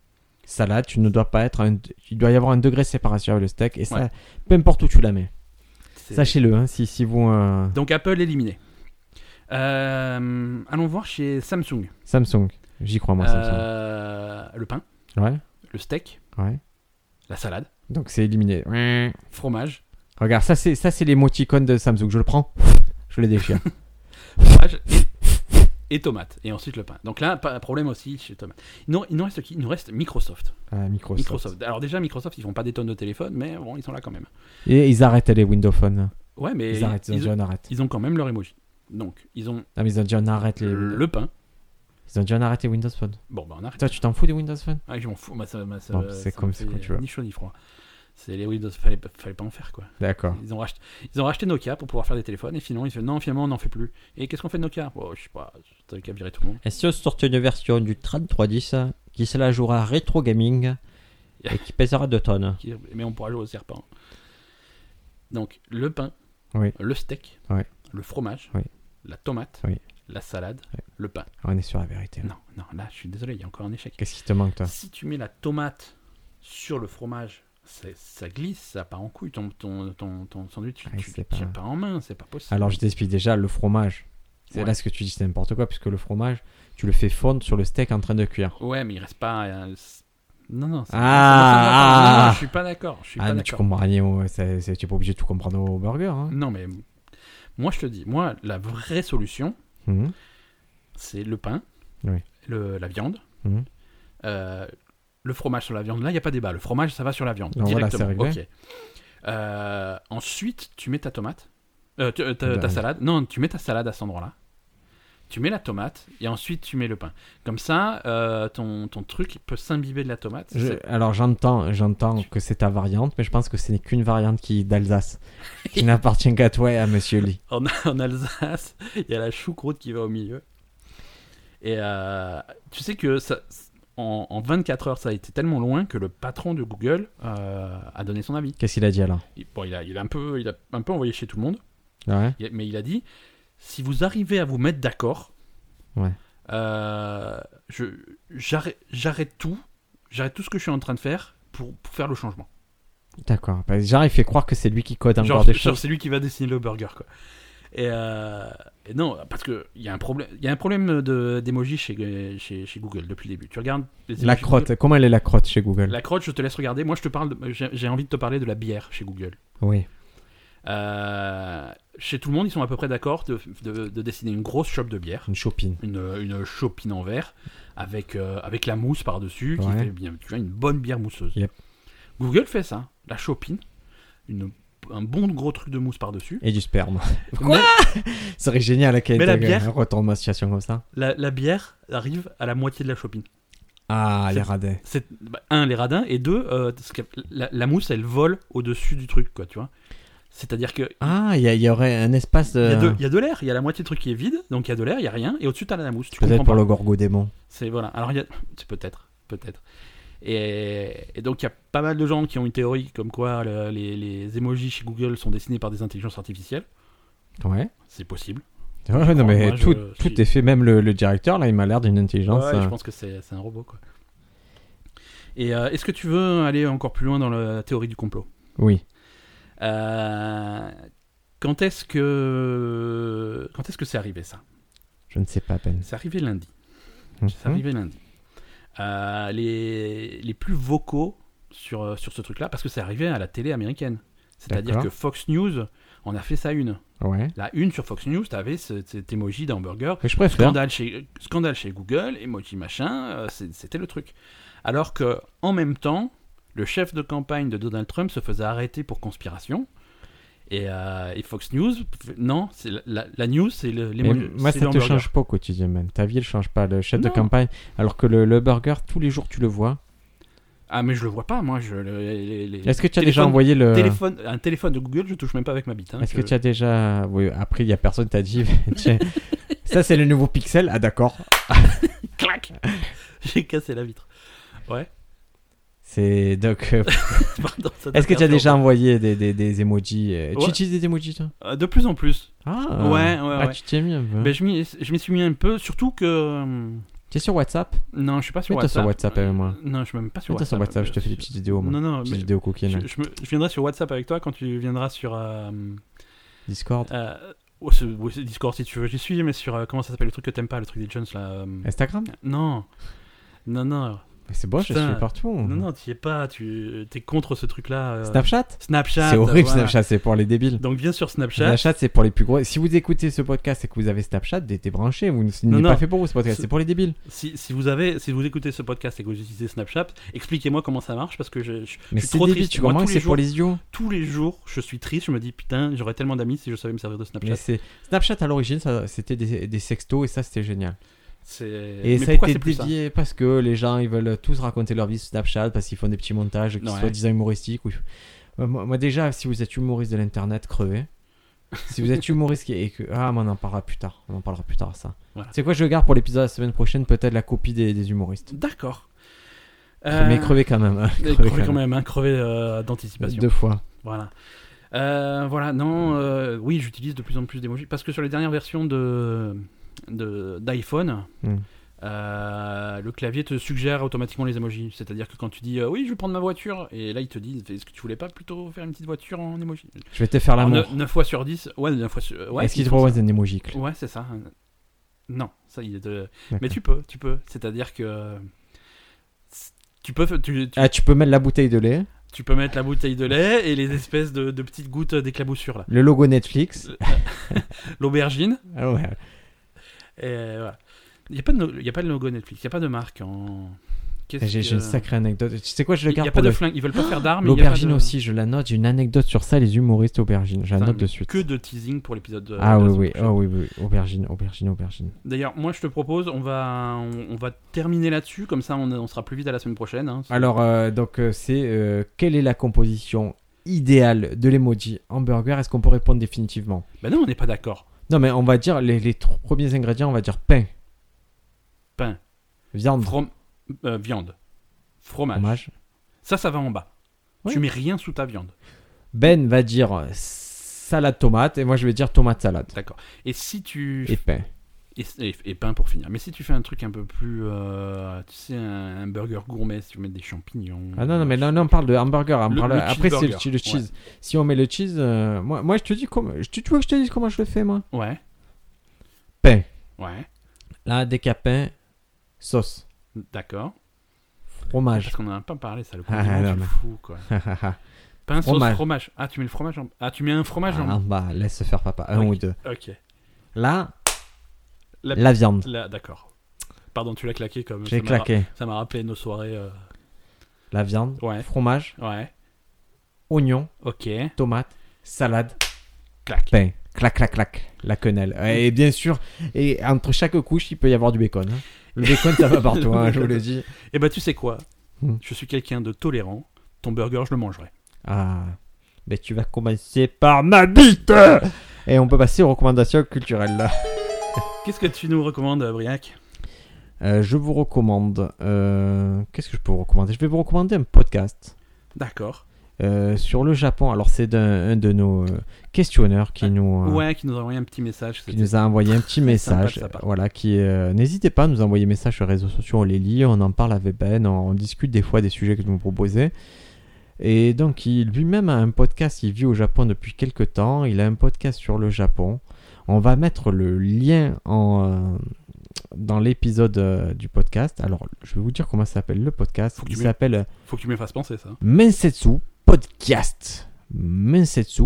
S2: Salade, tu ne dois pas être, un- il doit y avoir un degré de séparation avec le steak et ça,
S1: Ouais.
S2: peu importe où tu la mets.
S1: C'est-
S2: Sachez-le, hein, si, si vous euh,
S1: Donc, Apple éliminé. Euh, allons voir chez Samsung.
S2: Samsung, j'y crois moi Samsung.
S1: Euh, le pain,
S2: Ouais,
S1: le steak,
S2: ouais.
S1: la salade,
S2: Donc c'est éliminé. Ouais.
S1: fromage,
S2: Regarde, ça c'est ça c'est l'émoticône de Samsung. Je le prends, je le déchire.
S1: fromage et, et tomate. Et ensuite le pain. Donc là, pas problème aussi chez tomate. Il nous, il nous reste qui Il nous reste Microsoft.
S2: Ah, Microsoft.
S1: Microsoft. Alors déjà, Microsoft, ils font pas des tonnes de téléphones, mais bon, ils sont là quand même.
S2: Et ils arrêtent les Windows Phone.
S1: Ouais, mais
S2: Ils arrêtent. Ils ont
S1: ils,
S2: dit on arrête.
S1: ils ont quand même leur emoji. Donc, ils ont
S2: Non mais ils ont dit on arrête les.
S1: le pain.
S2: Ils ont dit on arrête les Windows Phone.
S1: Bon, bah on arrête.
S2: Toi tu t'en fous des Windows Phone
S1: Ah, je m'en fous. Moi, ça, moi, ça-
S2: Bon, c'est
S1: ça
S2: comme-
S1: me
S2: c'est
S1: fait
S2: comme tu veux.
S1: Ni chaud ni froid. C'est les Windows, fallait, pas- fallait pas en faire quoi.
S2: D'accord.
S1: Ils ont, racheté, ils ont racheté Nokia pour pouvoir faire des téléphones et finalement ils se non, finalement on n'en fait plus. Et qu'est-ce qu'on fait de Nokia oh, Je sais pas, t'avais qu'à virer tout le monde.
S2: Et si on sortait une version du 3310 qui se la jouera rétro gaming et qui pèsera 2 tonnes
S1: Qui- Mais on pourra jouer au serpent. Donc le pain,
S2: Oui.
S1: le steak,
S2: Ouais.
S1: le fromage,
S2: Oui.
S1: la tomate,
S2: Oui.
S1: la salade,
S2: Ouais.
S1: le pain.
S2: On est sur la vérité.
S1: Non, non, là je suis désolé, il y a encore un échec.
S2: Qu'est-ce qui te manque toi
S1: Si tu mets la tomate sur le fromage, ça, ça glisse, ça part en couille. Ton, ton, ton, ton sandwich,
S2: Ah,
S1: tu
S2: c'est
S1: le tiens pas
S2: pas-
S1: en main, c'est pas possible.
S2: Alors je t'explique déjà le fromage. C'est
S1: Ouais.
S2: là ce que tu dis, c'est n'importe quoi puisque le fromage, tu le fais fondre sur le steak en train de cuire.
S1: Ouais, mais il reste pas. euh, c'est- Non, non, c'est- non,
S2: Ah,
S1: non, non, non, non,
S2: ah.
S1: je suis pas d'accord. Je suis
S2: Ah
S1: pas
S2: mais tu
S1: d'accord.
S2: comprends rien, au- ça- ça- tu n'es pas obligé de tout comprendre au burger. hein.
S1: Non, mais moi je te dis, moi la vraie solution,
S2: Mhm.
S1: c'est le pain,
S2: Oui.
S1: le, la viande,
S2: Mhm.
S1: euh, le fromage sur la viande. Là, il n'y a pas débat. Le fromage, ça va sur la viande.
S2: Non, voilà,
S1: directement.
S2: c'est réglé.
S1: Ok. Euh, ensuite, tu mets ta tomate. Euh, tu- euh, ta,
S2: Bah,
S1: ta
S2: oui.
S1: salade. Non, tu mets ta salade à cet endroit-là. Tu mets la tomate et ensuite tu mets le pain. Comme ça, euh, ton, ton truc peut s'imbiber de la tomate.
S2: Je-
S1: C'est-
S2: alors j'entends, j'entends que c'est ta variante, mais je pense que ce n'est qu'une variante qui d'Alsace, qui n'appartient qu'à toi et à Monsieur Lee.
S1: En, en Alsace, il y a la choucroute qui va au milieu. Et euh, tu sais que ça, en, en 24 heures, ça a été tellement loin que le patron de Google euh, a donné son avis.
S2: Qu'est-ce qu'il a dit alors
S1: Il, bon, il a, il a un peu, il a un peu envoyé chez tout le monde,
S2: Ouais.
S1: Il a- mais il a dit si vous arrivez à vous mettre d'accord,
S2: Ouais.
S1: euh, je j'arrête j'arrête tout, j'arrête tout ce que je suis en train de faire pour, pour faire le changement.
S2: D'accord. Bah, genre il fait croire que c'est lui qui code encore
S1: Genre,
S2: des
S1: genre,
S2: choses.
S1: c'est lui qui va dessiner le burger, quoi. Et, euh, et non, parce qu'il y a un problème, il y a un problème de d'émoji chez, chez, chez Google depuis le début. Tu regardes les
S2: La
S1: emojis
S2: crotte, comment elle est la crotte chez Google
S1: Google. La crotte, je te laisse regarder. Moi, je te parle, de- j'ai j'ai envie de te parler de la bière chez Google.
S2: Oui.
S1: Euh, chez tout le monde, ils sont à peu près d'accord de, de, de dessiner une grosse chope de bière,
S2: Une chopine.
S1: une, une chopine en verre avec euh, avec la mousse par dessus, qui
S2: Ouais.
S1: fait bien, tu vois, une bonne bière mousseuse.
S2: Yep.
S1: Google fait ça, la chopine, une- un bon gros truc de mousse par dessus.
S2: Et du sperme.
S1: Quoi
S2: Ça serait génial à
S1: Mais la bière-
S2: un retournement de situation comme ça.
S1: la, la bière arrive à la moitié de la chopine.
S2: Ah,
S1: C'est-
S2: les radins.
S1: C'est bah, un les radins et deux euh, parce que la, la mousse elle vole au-dessus du truc quoi, tu vois. C'est-à-dire que
S2: Ah, il y, a- il y aurait un espace
S1: il y a
S2: de...
S1: de- il y a de l'air, il y a la moitié du truc qui est vide, donc il y a de l'air, il y a rien et au-dessus t'as la mousse. Tu
S2: Peut-être
S1: comprends
S2: pour
S1: pas.
S2: le gorgodémon.
S1: C'est voilà. Alors il y a c'est peut-être, peut-être. Et, et donc il y a pas mal de gens qui ont une théorie comme quoi le- les, les emojis chez Google sont dessinés par des intelligences artificielles.
S2: Ouais.
S1: C'est possible.
S2: Ouais, ouais, non,
S1: crois,
S2: mais
S1: moi, je-
S2: tout,
S1: je-
S2: tout est fait. Même le, le directeur, là, il m'a l'air d'une intelligence.
S1: Ouais,
S2: euh,
S1: je pense que c'est c'est un robot quoi. Et euh, est-ce que tu veux aller encore plus loin dans la théorie du complot
S2: Oui.
S1: Euh, Quand est-ce que quand est-ce que c'est arrivé ça
S2: Je ne sais pas, Ben.
S1: C'est arrivé lundi. C'est
S2: Mhm.
S1: arrivé lundi. Euh, les, les plus vocaux sur, euh, sur ce truc-là, parce que c'est arrivé à la télé américaine. C'est-à-dire
S2: D'accord.
S1: que Fox News en a fait ça une.
S2: Ouais.
S1: La une sur Fox News, t'avais ce- cet emoji d'hamburger.
S2: Mais je préfère.
S1: Scandale chez, scandale chez Google, emoji machin, euh, c'est- c'était le truc. Alors que, en même temps, le chef de campagne de Donald Trump se faisait arrêter pour conspiration. Et, euh, et Fox News, non, c'est la, la- la news, c'est le-
S2: Mais
S1: l'emoji.
S2: moi,
S1: c'est
S2: ça te
S1: l'hamburger.
S2: change pas au quotidien, man. Ta vie, elle change pas. Le chef
S1: Non.
S2: de campagne, alors que le, le burger, tous les jours, tu le vois.
S1: Ah, mais je le vois pas, moi. Je, le- les- les-
S2: Est-ce que tu as
S1: téléphone-
S2: déjà envoyé le.
S1: téléphone, un téléphone de Google, je touche même pas avec ma bite. hein,
S2: Est-ce que
S1: je-
S2: tu as déjà. Oui, après, il y a personne qui t'a dit. tiens, ça, c'est le nouveau Pixel. Ah, d'accord.
S1: Clac J'ai cassé la vitre.
S2: C'est. Donc. euh,
S1: Pardon, ça t'a
S2: Est-ce que tu as
S1: perdu.
S2: déjà envoyé des, des, des emojis euh,
S1: Ouais.
S2: Tu utilises des emojis, toi
S1: Euh, De plus en plus.
S2: Ah
S1: Ouais, ouais,
S2: Ah,
S1: ouais.
S2: tu t'y es mis un peu.
S1: Ben, je m'y je m'y suis mis un peu, surtout que. euh,
S2: Tu es sur WhatsApp
S1: Non, je suis pas sur WhatsApp. Euh,
S2: Mets-toi sur WhatsApp avec moi.
S1: Non, je suis même pas sur
S2: Mets-toi
S1: WhatsApp. euh,
S2: sur WhatsApp, je te fais des petites vidéos, moi.
S1: Non, non,
S2: Petites
S1: mais
S2: vidéos coquines.
S1: je, je me- je viendrai sur WhatsApp avec toi quand tu viendras sur. euh,
S2: Discord.
S1: euh, oh, ce- oh, ce Discord si tu veux, j'y suis, mais sur. euh, comment ça s'appelle le truc que t'aimes pas, le truc des Jones là euh,
S2: Instagram
S1: Non. Non, non.
S2: Mais C'est bon, je
S1: Putain.
S2: suis partout.
S1: Non, non, tu y es pas, tu es contre ce truc-là. euh,
S2: Snapchat
S1: Snapchat.
S2: C'est horrible,
S1: voilà.
S2: Snapchat, c'est pour les débiles.
S1: Donc viens sur Snapchat.
S2: Snapchat, c'est pour les plus gros. Si vous écoutez ce podcast et que vous avez Snapchat, dé- débranchez. Vous ce
S1: Non,
S2: n'est
S1: non.
S2: pas fait pour vous ce podcast.
S1: Ce-
S2: C'est pour les débiles.
S1: Si, si vous avez, si vous écoutez ce podcast et que vous utilisez Snapchat, expliquez-moi comment ça marche parce que je, je-
S2: Mais
S1: suis
S2: c'est
S1: trop
S2: débile.
S1: triste.
S2: Tu
S1: Moi,
S2: comprends
S1: tous
S2: que
S1: les
S2: c'est pour
S1: jours-
S2: les idiots.
S1: tous les jours, je suis triste. Je me dis putain, j'aurais tellement d'amis si je savais me servir de Snapchat.
S2: Mais c'est Snapchat à l'origine, ça- c'était des, des sextos et ça, c'était génial.
S1: C'est.
S2: Et
S1: Euh, mais
S2: ça a
S1: pourquoi
S2: été
S1: c'est plus ça
S2: dédié parce que les gens, ils veulent tous raconter leur vie sur Snapchat parce qu'ils font des petits montages qui
S1: Ouais.
S2: soient disant humoristiques. Ou... Euh, Moi, moi, déjà, si vous êtes humoriste de l'internet, crevez. si vous êtes humoriste qui- et que ah, mais on en parlera plus tard. On en parlera plus tard ça.
S1: Voilà.
S2: C'est quoi Je garde pour l'épisode de la semaine prochaine peut-être la copie des, des humoristes.
S1: D'accord. Euh,
S2: Mais crevez quand même. hein,
S1: mais
S2: crevez
S1: crever
S2: quand
S1: quand
S2: même.
S1: même, hein, crever euh, d'anticipation.
S2: Deux fois.
S1: Voilà. Euh, voilà, non, euh, oui, j'utilise de plus en plus d'émojis parce que sur les dernières versions de de- d'iPhone,
S2: Hmm.
S1: euh, le clavier te suggère automatiquement les émojis. C'est-à-dire que quand tu dis euh, oui, je vais prendre ma voiture, et là il te dit est-ce que tu voulais pas plutôt faire une petite voiture en émoji
S2: Je vais te faire
S1: Alors,
S2: l'amour.
S1: neuf- 9 fois sur 10, ouais, 9 fois sur. Ouais,
S2: Est-ce qu'il
S1: ils
S2: te
S1: font
S2: propose un émojicle
S1: ça. Ouais, c'est ça. Non, ça il est de- Mais
S2: D'accord.
S1: tu peux, tu peux. C'est-à-dire que. euh, Tu peux, tu, tu-
S2: Ah, tu peux mettre la bouteille de lait,
S1: tu peux mettre la bouteille de lait et les espèces de, de petites gouttes d'éclaboussure là.
S2: le logo Netflix.
S1: L'aubergine.
S2: Ah ouais.
S1: Et voilà. Il n'y a, pas de no- il y a pas de logo Netflix, il n'y a pas de marque en. Qu'est-ce
S2: Eh, J'ai j'ai
S1: que-
S2: une sacrée anecdote. Tu sais quoi, je
S1: Il
S2: le
S1: n'y
S2: garde
S1: a
S2: pour
S1: pas de
S2: le-
S1: flingue, ils veulent pas faire d'armes. il y a pas
S2: L'aubergine
S1: de-
S2: aussi, je la note. J'ai une anecdote sur ça, les humoristes aubergines. Je la
S1: Putain,
S2: note de
S1: mais
S2: suite.
S1: Que de teasing pour l'épisode de.
S2: Ah
S1: de la
S2: oui,
S1: semaine
S2: oui,
S1: prochaine.
S2: oh, oui, oui, aubergine, aubergine, aubergine.
S1: D'ailleurs, moi je te propose, on va, on, on va terminer là-dessus, comme ça on, on sera plus vite à la semaine prochaine. hein.
S2: Alors, euh, donc, euh, c'est euh, quelle est la composition idéale de l'emoji hamburger Est-ce qu'on peut répondre définitivement
S1: Bah non, on n'est pas d'accord.
S2: Non, mais on va dire les, les trois premiers ingrédients, on va dire pain.
S1: Pain.
S2: Viande.
S1: From... euh, viande. Fromage.
S2: Fromage.
S1: Ça, ça va en bas.
S2: Ouais.
S1: Tu mets rien sous ta viande.
S2: Ben va dire euh, salade tomate et moi je vais dire tomate salade
S1: D'accord. Et si tu.
S2: et pain.
S1: Et, et- et pain pour finir. Mais si tu fais un truc un peu plus. euh, tu sais, un, un burger gourmet, si tu mets des champignons.
S2: Ah non, non, mais là, là, on parle de hamburger. on
S1: Le-
S2: parle-
S1: le
S2: Après, c'est le,
S1: cheeseburger,
S2: le cheese. Si on met le cheese, euh, moi, moi je te dis comment. je- Tu, tu veux que je te dise comment je le fais, moi
S1: Ouais,
S2: Pain.
S1: ouais,
S2: Là, des capins, sauce,
S1: d'accord. Parce
S2: fromage.
S1: qu'on en a pas parlé, ça, le
S2: Ah,
S1: condiment,
S2: non,
S1: tu le
S2: mais-
S1: fous, quoi. Pain,
S2: Fromage.
S1: sauce, fromage. Ah, tu mets le fromage en. Ah, tu mets un fromage
S2: Ah,
S1: en.
S2: bah, laisse se faire, papa. Un
S1: Oui.
S2: ou deux.
S1: Ok.
S2: Là,
S1: La-
S2: la, viande.
S1: Là, d'accord. Pardon, tu l'as claqué comme.
S2: J'ai
S1: ça m'a ra-
S2: claqué.
S1: Ça m'a rappelé nos soirées. euh,
S2: La viande,
S1: Ouais.
S2: fromage,
S1: Ouais,
S2: oignon,
S1: ok.
S2: tomate, salade,
S1: Clac.
S2: pain. Ben, Clac, clac, clac. La quenelle. Et bien sûr, et entre chaque couche, il peut y avoir du bacon. hein. Le bacon, ça va partout, hein, je vous le dis.
S1: Eh ben, tu sais quoi
S2: Hmm.
S1: Je suis quelqu'un de tolérant. Ton burger, je le mangerai.
S2: Ah, mais tu vas commencer par ma bite Et on peut passer aux recommandations culturelles. là.
S1: Qu'est-ce que tu nous recommandes, euh, Briac
S2: Euh, je vous recommande. euh, Qu'est-ce que je peux vous recommander Je vais vous recommander un podcast
S1: D'accord.
S2: euh, sur le Japon. Alors, c'est d'un un de nos euh, questionneurs qui nous. euh,
S1: Ah, Ouais, qui nous a envoyé un petit message.
S2: qui nous a envoyé un petit message.
S1: sympa de sa part.
S2: Voilà, qui euh, n'hésitez pas à nous envoyer message sur les réseaux sociaux, on les lit, on en parle avec Ben, on, on discute des fois des sujets que vous nous proposez. Et donc, il lui-même a un podcast, il vit au Japon depuis quelques temps, il a un podcast sur le Japon. On va mettre le lien en, euh, dans l'épisode euh, du podcast. Alors, je vais vous dire comment s'appelle le podcast.
S1: Faut que
S2: Il
S1: tu mettes-
S2: s'appelle
S1: Faut que tu me fasses penser ça.
S2: Mensetsu Podcast. Mensetsu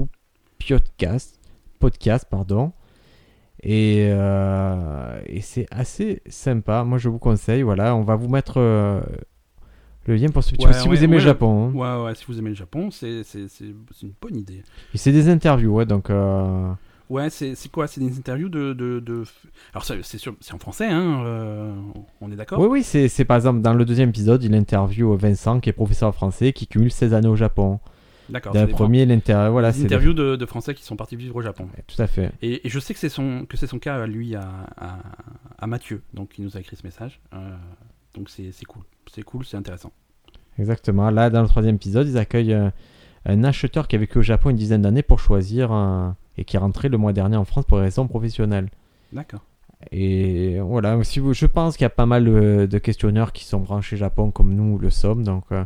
S2: Podcast. Podcast, pardon. Et, euh, et c'est assez sympa. Moi, je vous conseille. Voilà, on va vous mettre euh, le lien pour ce petit
S1: Ouais,
S2: si
S1: ouais,
S2: vous aimez
S1: ouais.
S2: le Japon. hein.
S1: Ouais, ouais, si vous aimez le Japon, c'est c'est- c'est- c'est une bonne idée.
S2: Et c'est des interviews, ouais, donc. euh,
S1: Ouais, c'est c'est quoi C'est des interviews de. de, de... Alors, ça, c'est sûr- c'est en français, hein euh, On est d'accord
S2: Oui, oui, c'est c'est par exemple dans le deuxième épisode, il interviewe Vincent, qui est professeur français, qui cumule 16 années au Japon.
S1: D'accord.
S2: Dans
S1: c'est
S2: le
S1: des
S2: premier, l'interview.
S1: Fran-
S2: Voilà,
S1: des
S2: c'est.
S1: interviews de, de Français qui sont partis vivre au Japon.
S2: Tout à fait.
S1: Et, et je sais que c'est son, que c'est son cas, lui, à, à, à Mathieu, donc il nous a écrit ce message. Euh, donc c'est c'est cool. C'est cool, c'est intéressant.
S2: Exactement. Là, dans le troisième épisode, ils accueillent euh, un acheteur qui a vécu au Japon une dizaine d'années pour choisir euh, et qui est rentré le mois dernier en France pour des raisons professionnelles.
S1: D'accord.
S2: Et voilà, si vous, je pense qu'il y a pas mal euh, de questionneurs qui sont branchés Japon comme nous le sommes. Donc, euh,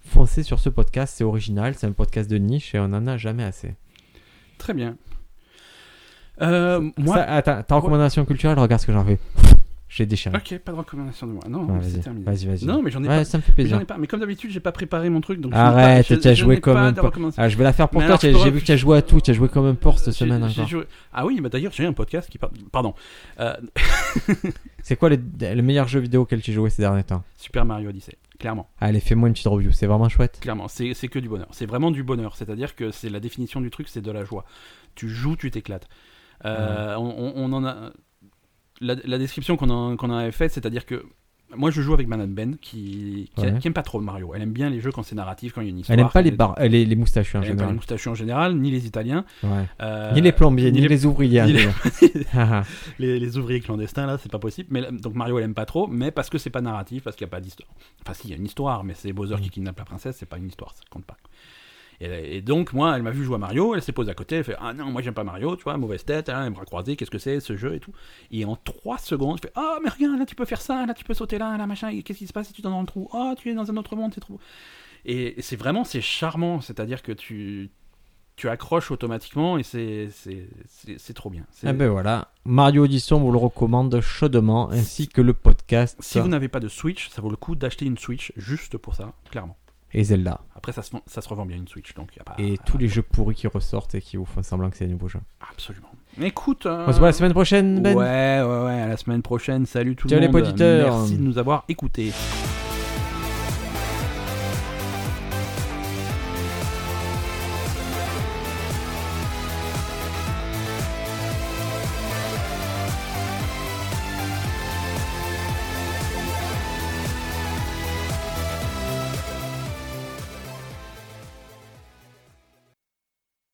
S2: foncez sur ce podcast, c'est original, c'est un podcast de niche et on n'en a jamais assez.
S1: Très bien. Euh, moi.
S2: Ça, attends, ta recommandation culturelle, regarde ce que j'en fais. J'ai déchiré.
S1: Ok, pas de recommandation de moi. Non,
S2: Ouais,
S1: c'est
S2: vas-y,
S1: terminé.
S2: vas-y, vas-y.
S1: Non, mais j'en ai,
S2: Ouais,
S1: pas-
S2: ça me fait
S1: mais j'en
S2: plaisir.
S1: ai pas. Mais comme d'habitude, j'ai pas préparé mon truc. Donc je n'ai pas-
S2: Arrête,
S1: je-
S2: tu as
S1: je
S2: joué
S1: n'ai
S2: comme
S1: pas
S2: un
S1: de
S2: por-
S1: recommandation.
S2: Ah, je vais la faire pour
S1: Mais
S2: toi.
S1: alors, je
S2: J'ai
S1: pourrais Euh,
S2: j'ai vu que tu as joué à tout, tu as joué comme un porc cette
S1: J'ai-
S2: semaine
S1: j'ai
S2: encore.
S1: joué- Ah oui, bah d'ailleurs, j'ai un podcast qui parle. Pardon. Euh,
S2: C'est quoi le, le meilleur jeu vidéo auquel tu jouais ces derniers temps
S1: Super Mario Odyssey, clairement.
S2: Allez, fais-moi une petite review, c'est vraiment chouette.
S1: Clairement, c'est c'est que du bonheur. C'est vraiment du bonheur. C'est-à-dire que c'est la définition du truc, c'est de la joie. Tu joues, tu t'éclates. Euh, on, on- on en a. La, la description qu'on en, qu'on en avait faite, c'est-à-dire que. Moi, je joue avec Madame Ben, qui, qui,
S2: Ouais.
S1: qui aime pas trop Mario. Elle aime bien les jeux quand c'est narratif, quand il y a une histoire.
S2: Elle aime pas
S1: quand
S2: les,
S1: il y a-
S2: bar... euh, les, les moustachus
S1: Elle aime
S2: en
S1: pas les
S2: général.
S1: moustachus en général, ni les Italiens.
S2: Ouais.
S1: euh,
S2: ni les plombiers, ni,
S1: ni les-
S2: les ouvriers.
S1: ni les-
S2: Ah, ah.
S1: les, les ouvriers clandestins là c'est pas possible mais là- donc Mario elle aime pas trop mais parce que c'est pas narratif parce qu'il n'y a pas d'histoire enfin si il y a une histoire mais c'est Bowser
S2: Mm.
S1: qui kidnappe la princesse c'est pas une histoire ça compte pas et, et donc moi elle m'a vu jouer à Mario elle s'est posée à côté elle fait ah non moi j'aime pas Mario tu vois mauvaise tête hein, elle me croisé qu'est-ce que c'est ce jeu et tout et en 3 secondes je fais ah mais regarde là tu peux faire ça là tu peux sauter là là machin et qu'est-ce qui se passe si tu es dans le trou ah tu es dans un autre monde c'est trop beau. et c'est vraiment c'est charmant c'est-à-dire que tu tu accroches automatiquement et c'est c'est- c'est c'est trop bien C'est-
S2: Eh ben voilà, Mario Odyssey, on vous le recommande chaudement, ainsi que le podcast
S1: Si vous n'avez pas de Switch, ça vaut le coup d'acheter une Switch juste pour ça, clairement.
S2: et Zelda.
S1: Après, ça se, vend- ça se revend bien une Switch, donc y a pas.
S2: Et tous
S1: ah.
S2: les jeux pourris qui ressortent et qui vous font semblant que c'est des nouveaux jeux.
S1: Absolument. Écoute. euh,
S2: On se voit la semaine prochaine, Ben
S1: Ouais, ouais, ouais, à la semaine prochaine. Salut tout
S2: Ciao
S1: le
S2: les
S1: monde.
S2: auditeurs.
S1: Merci de nous avoir écoutés.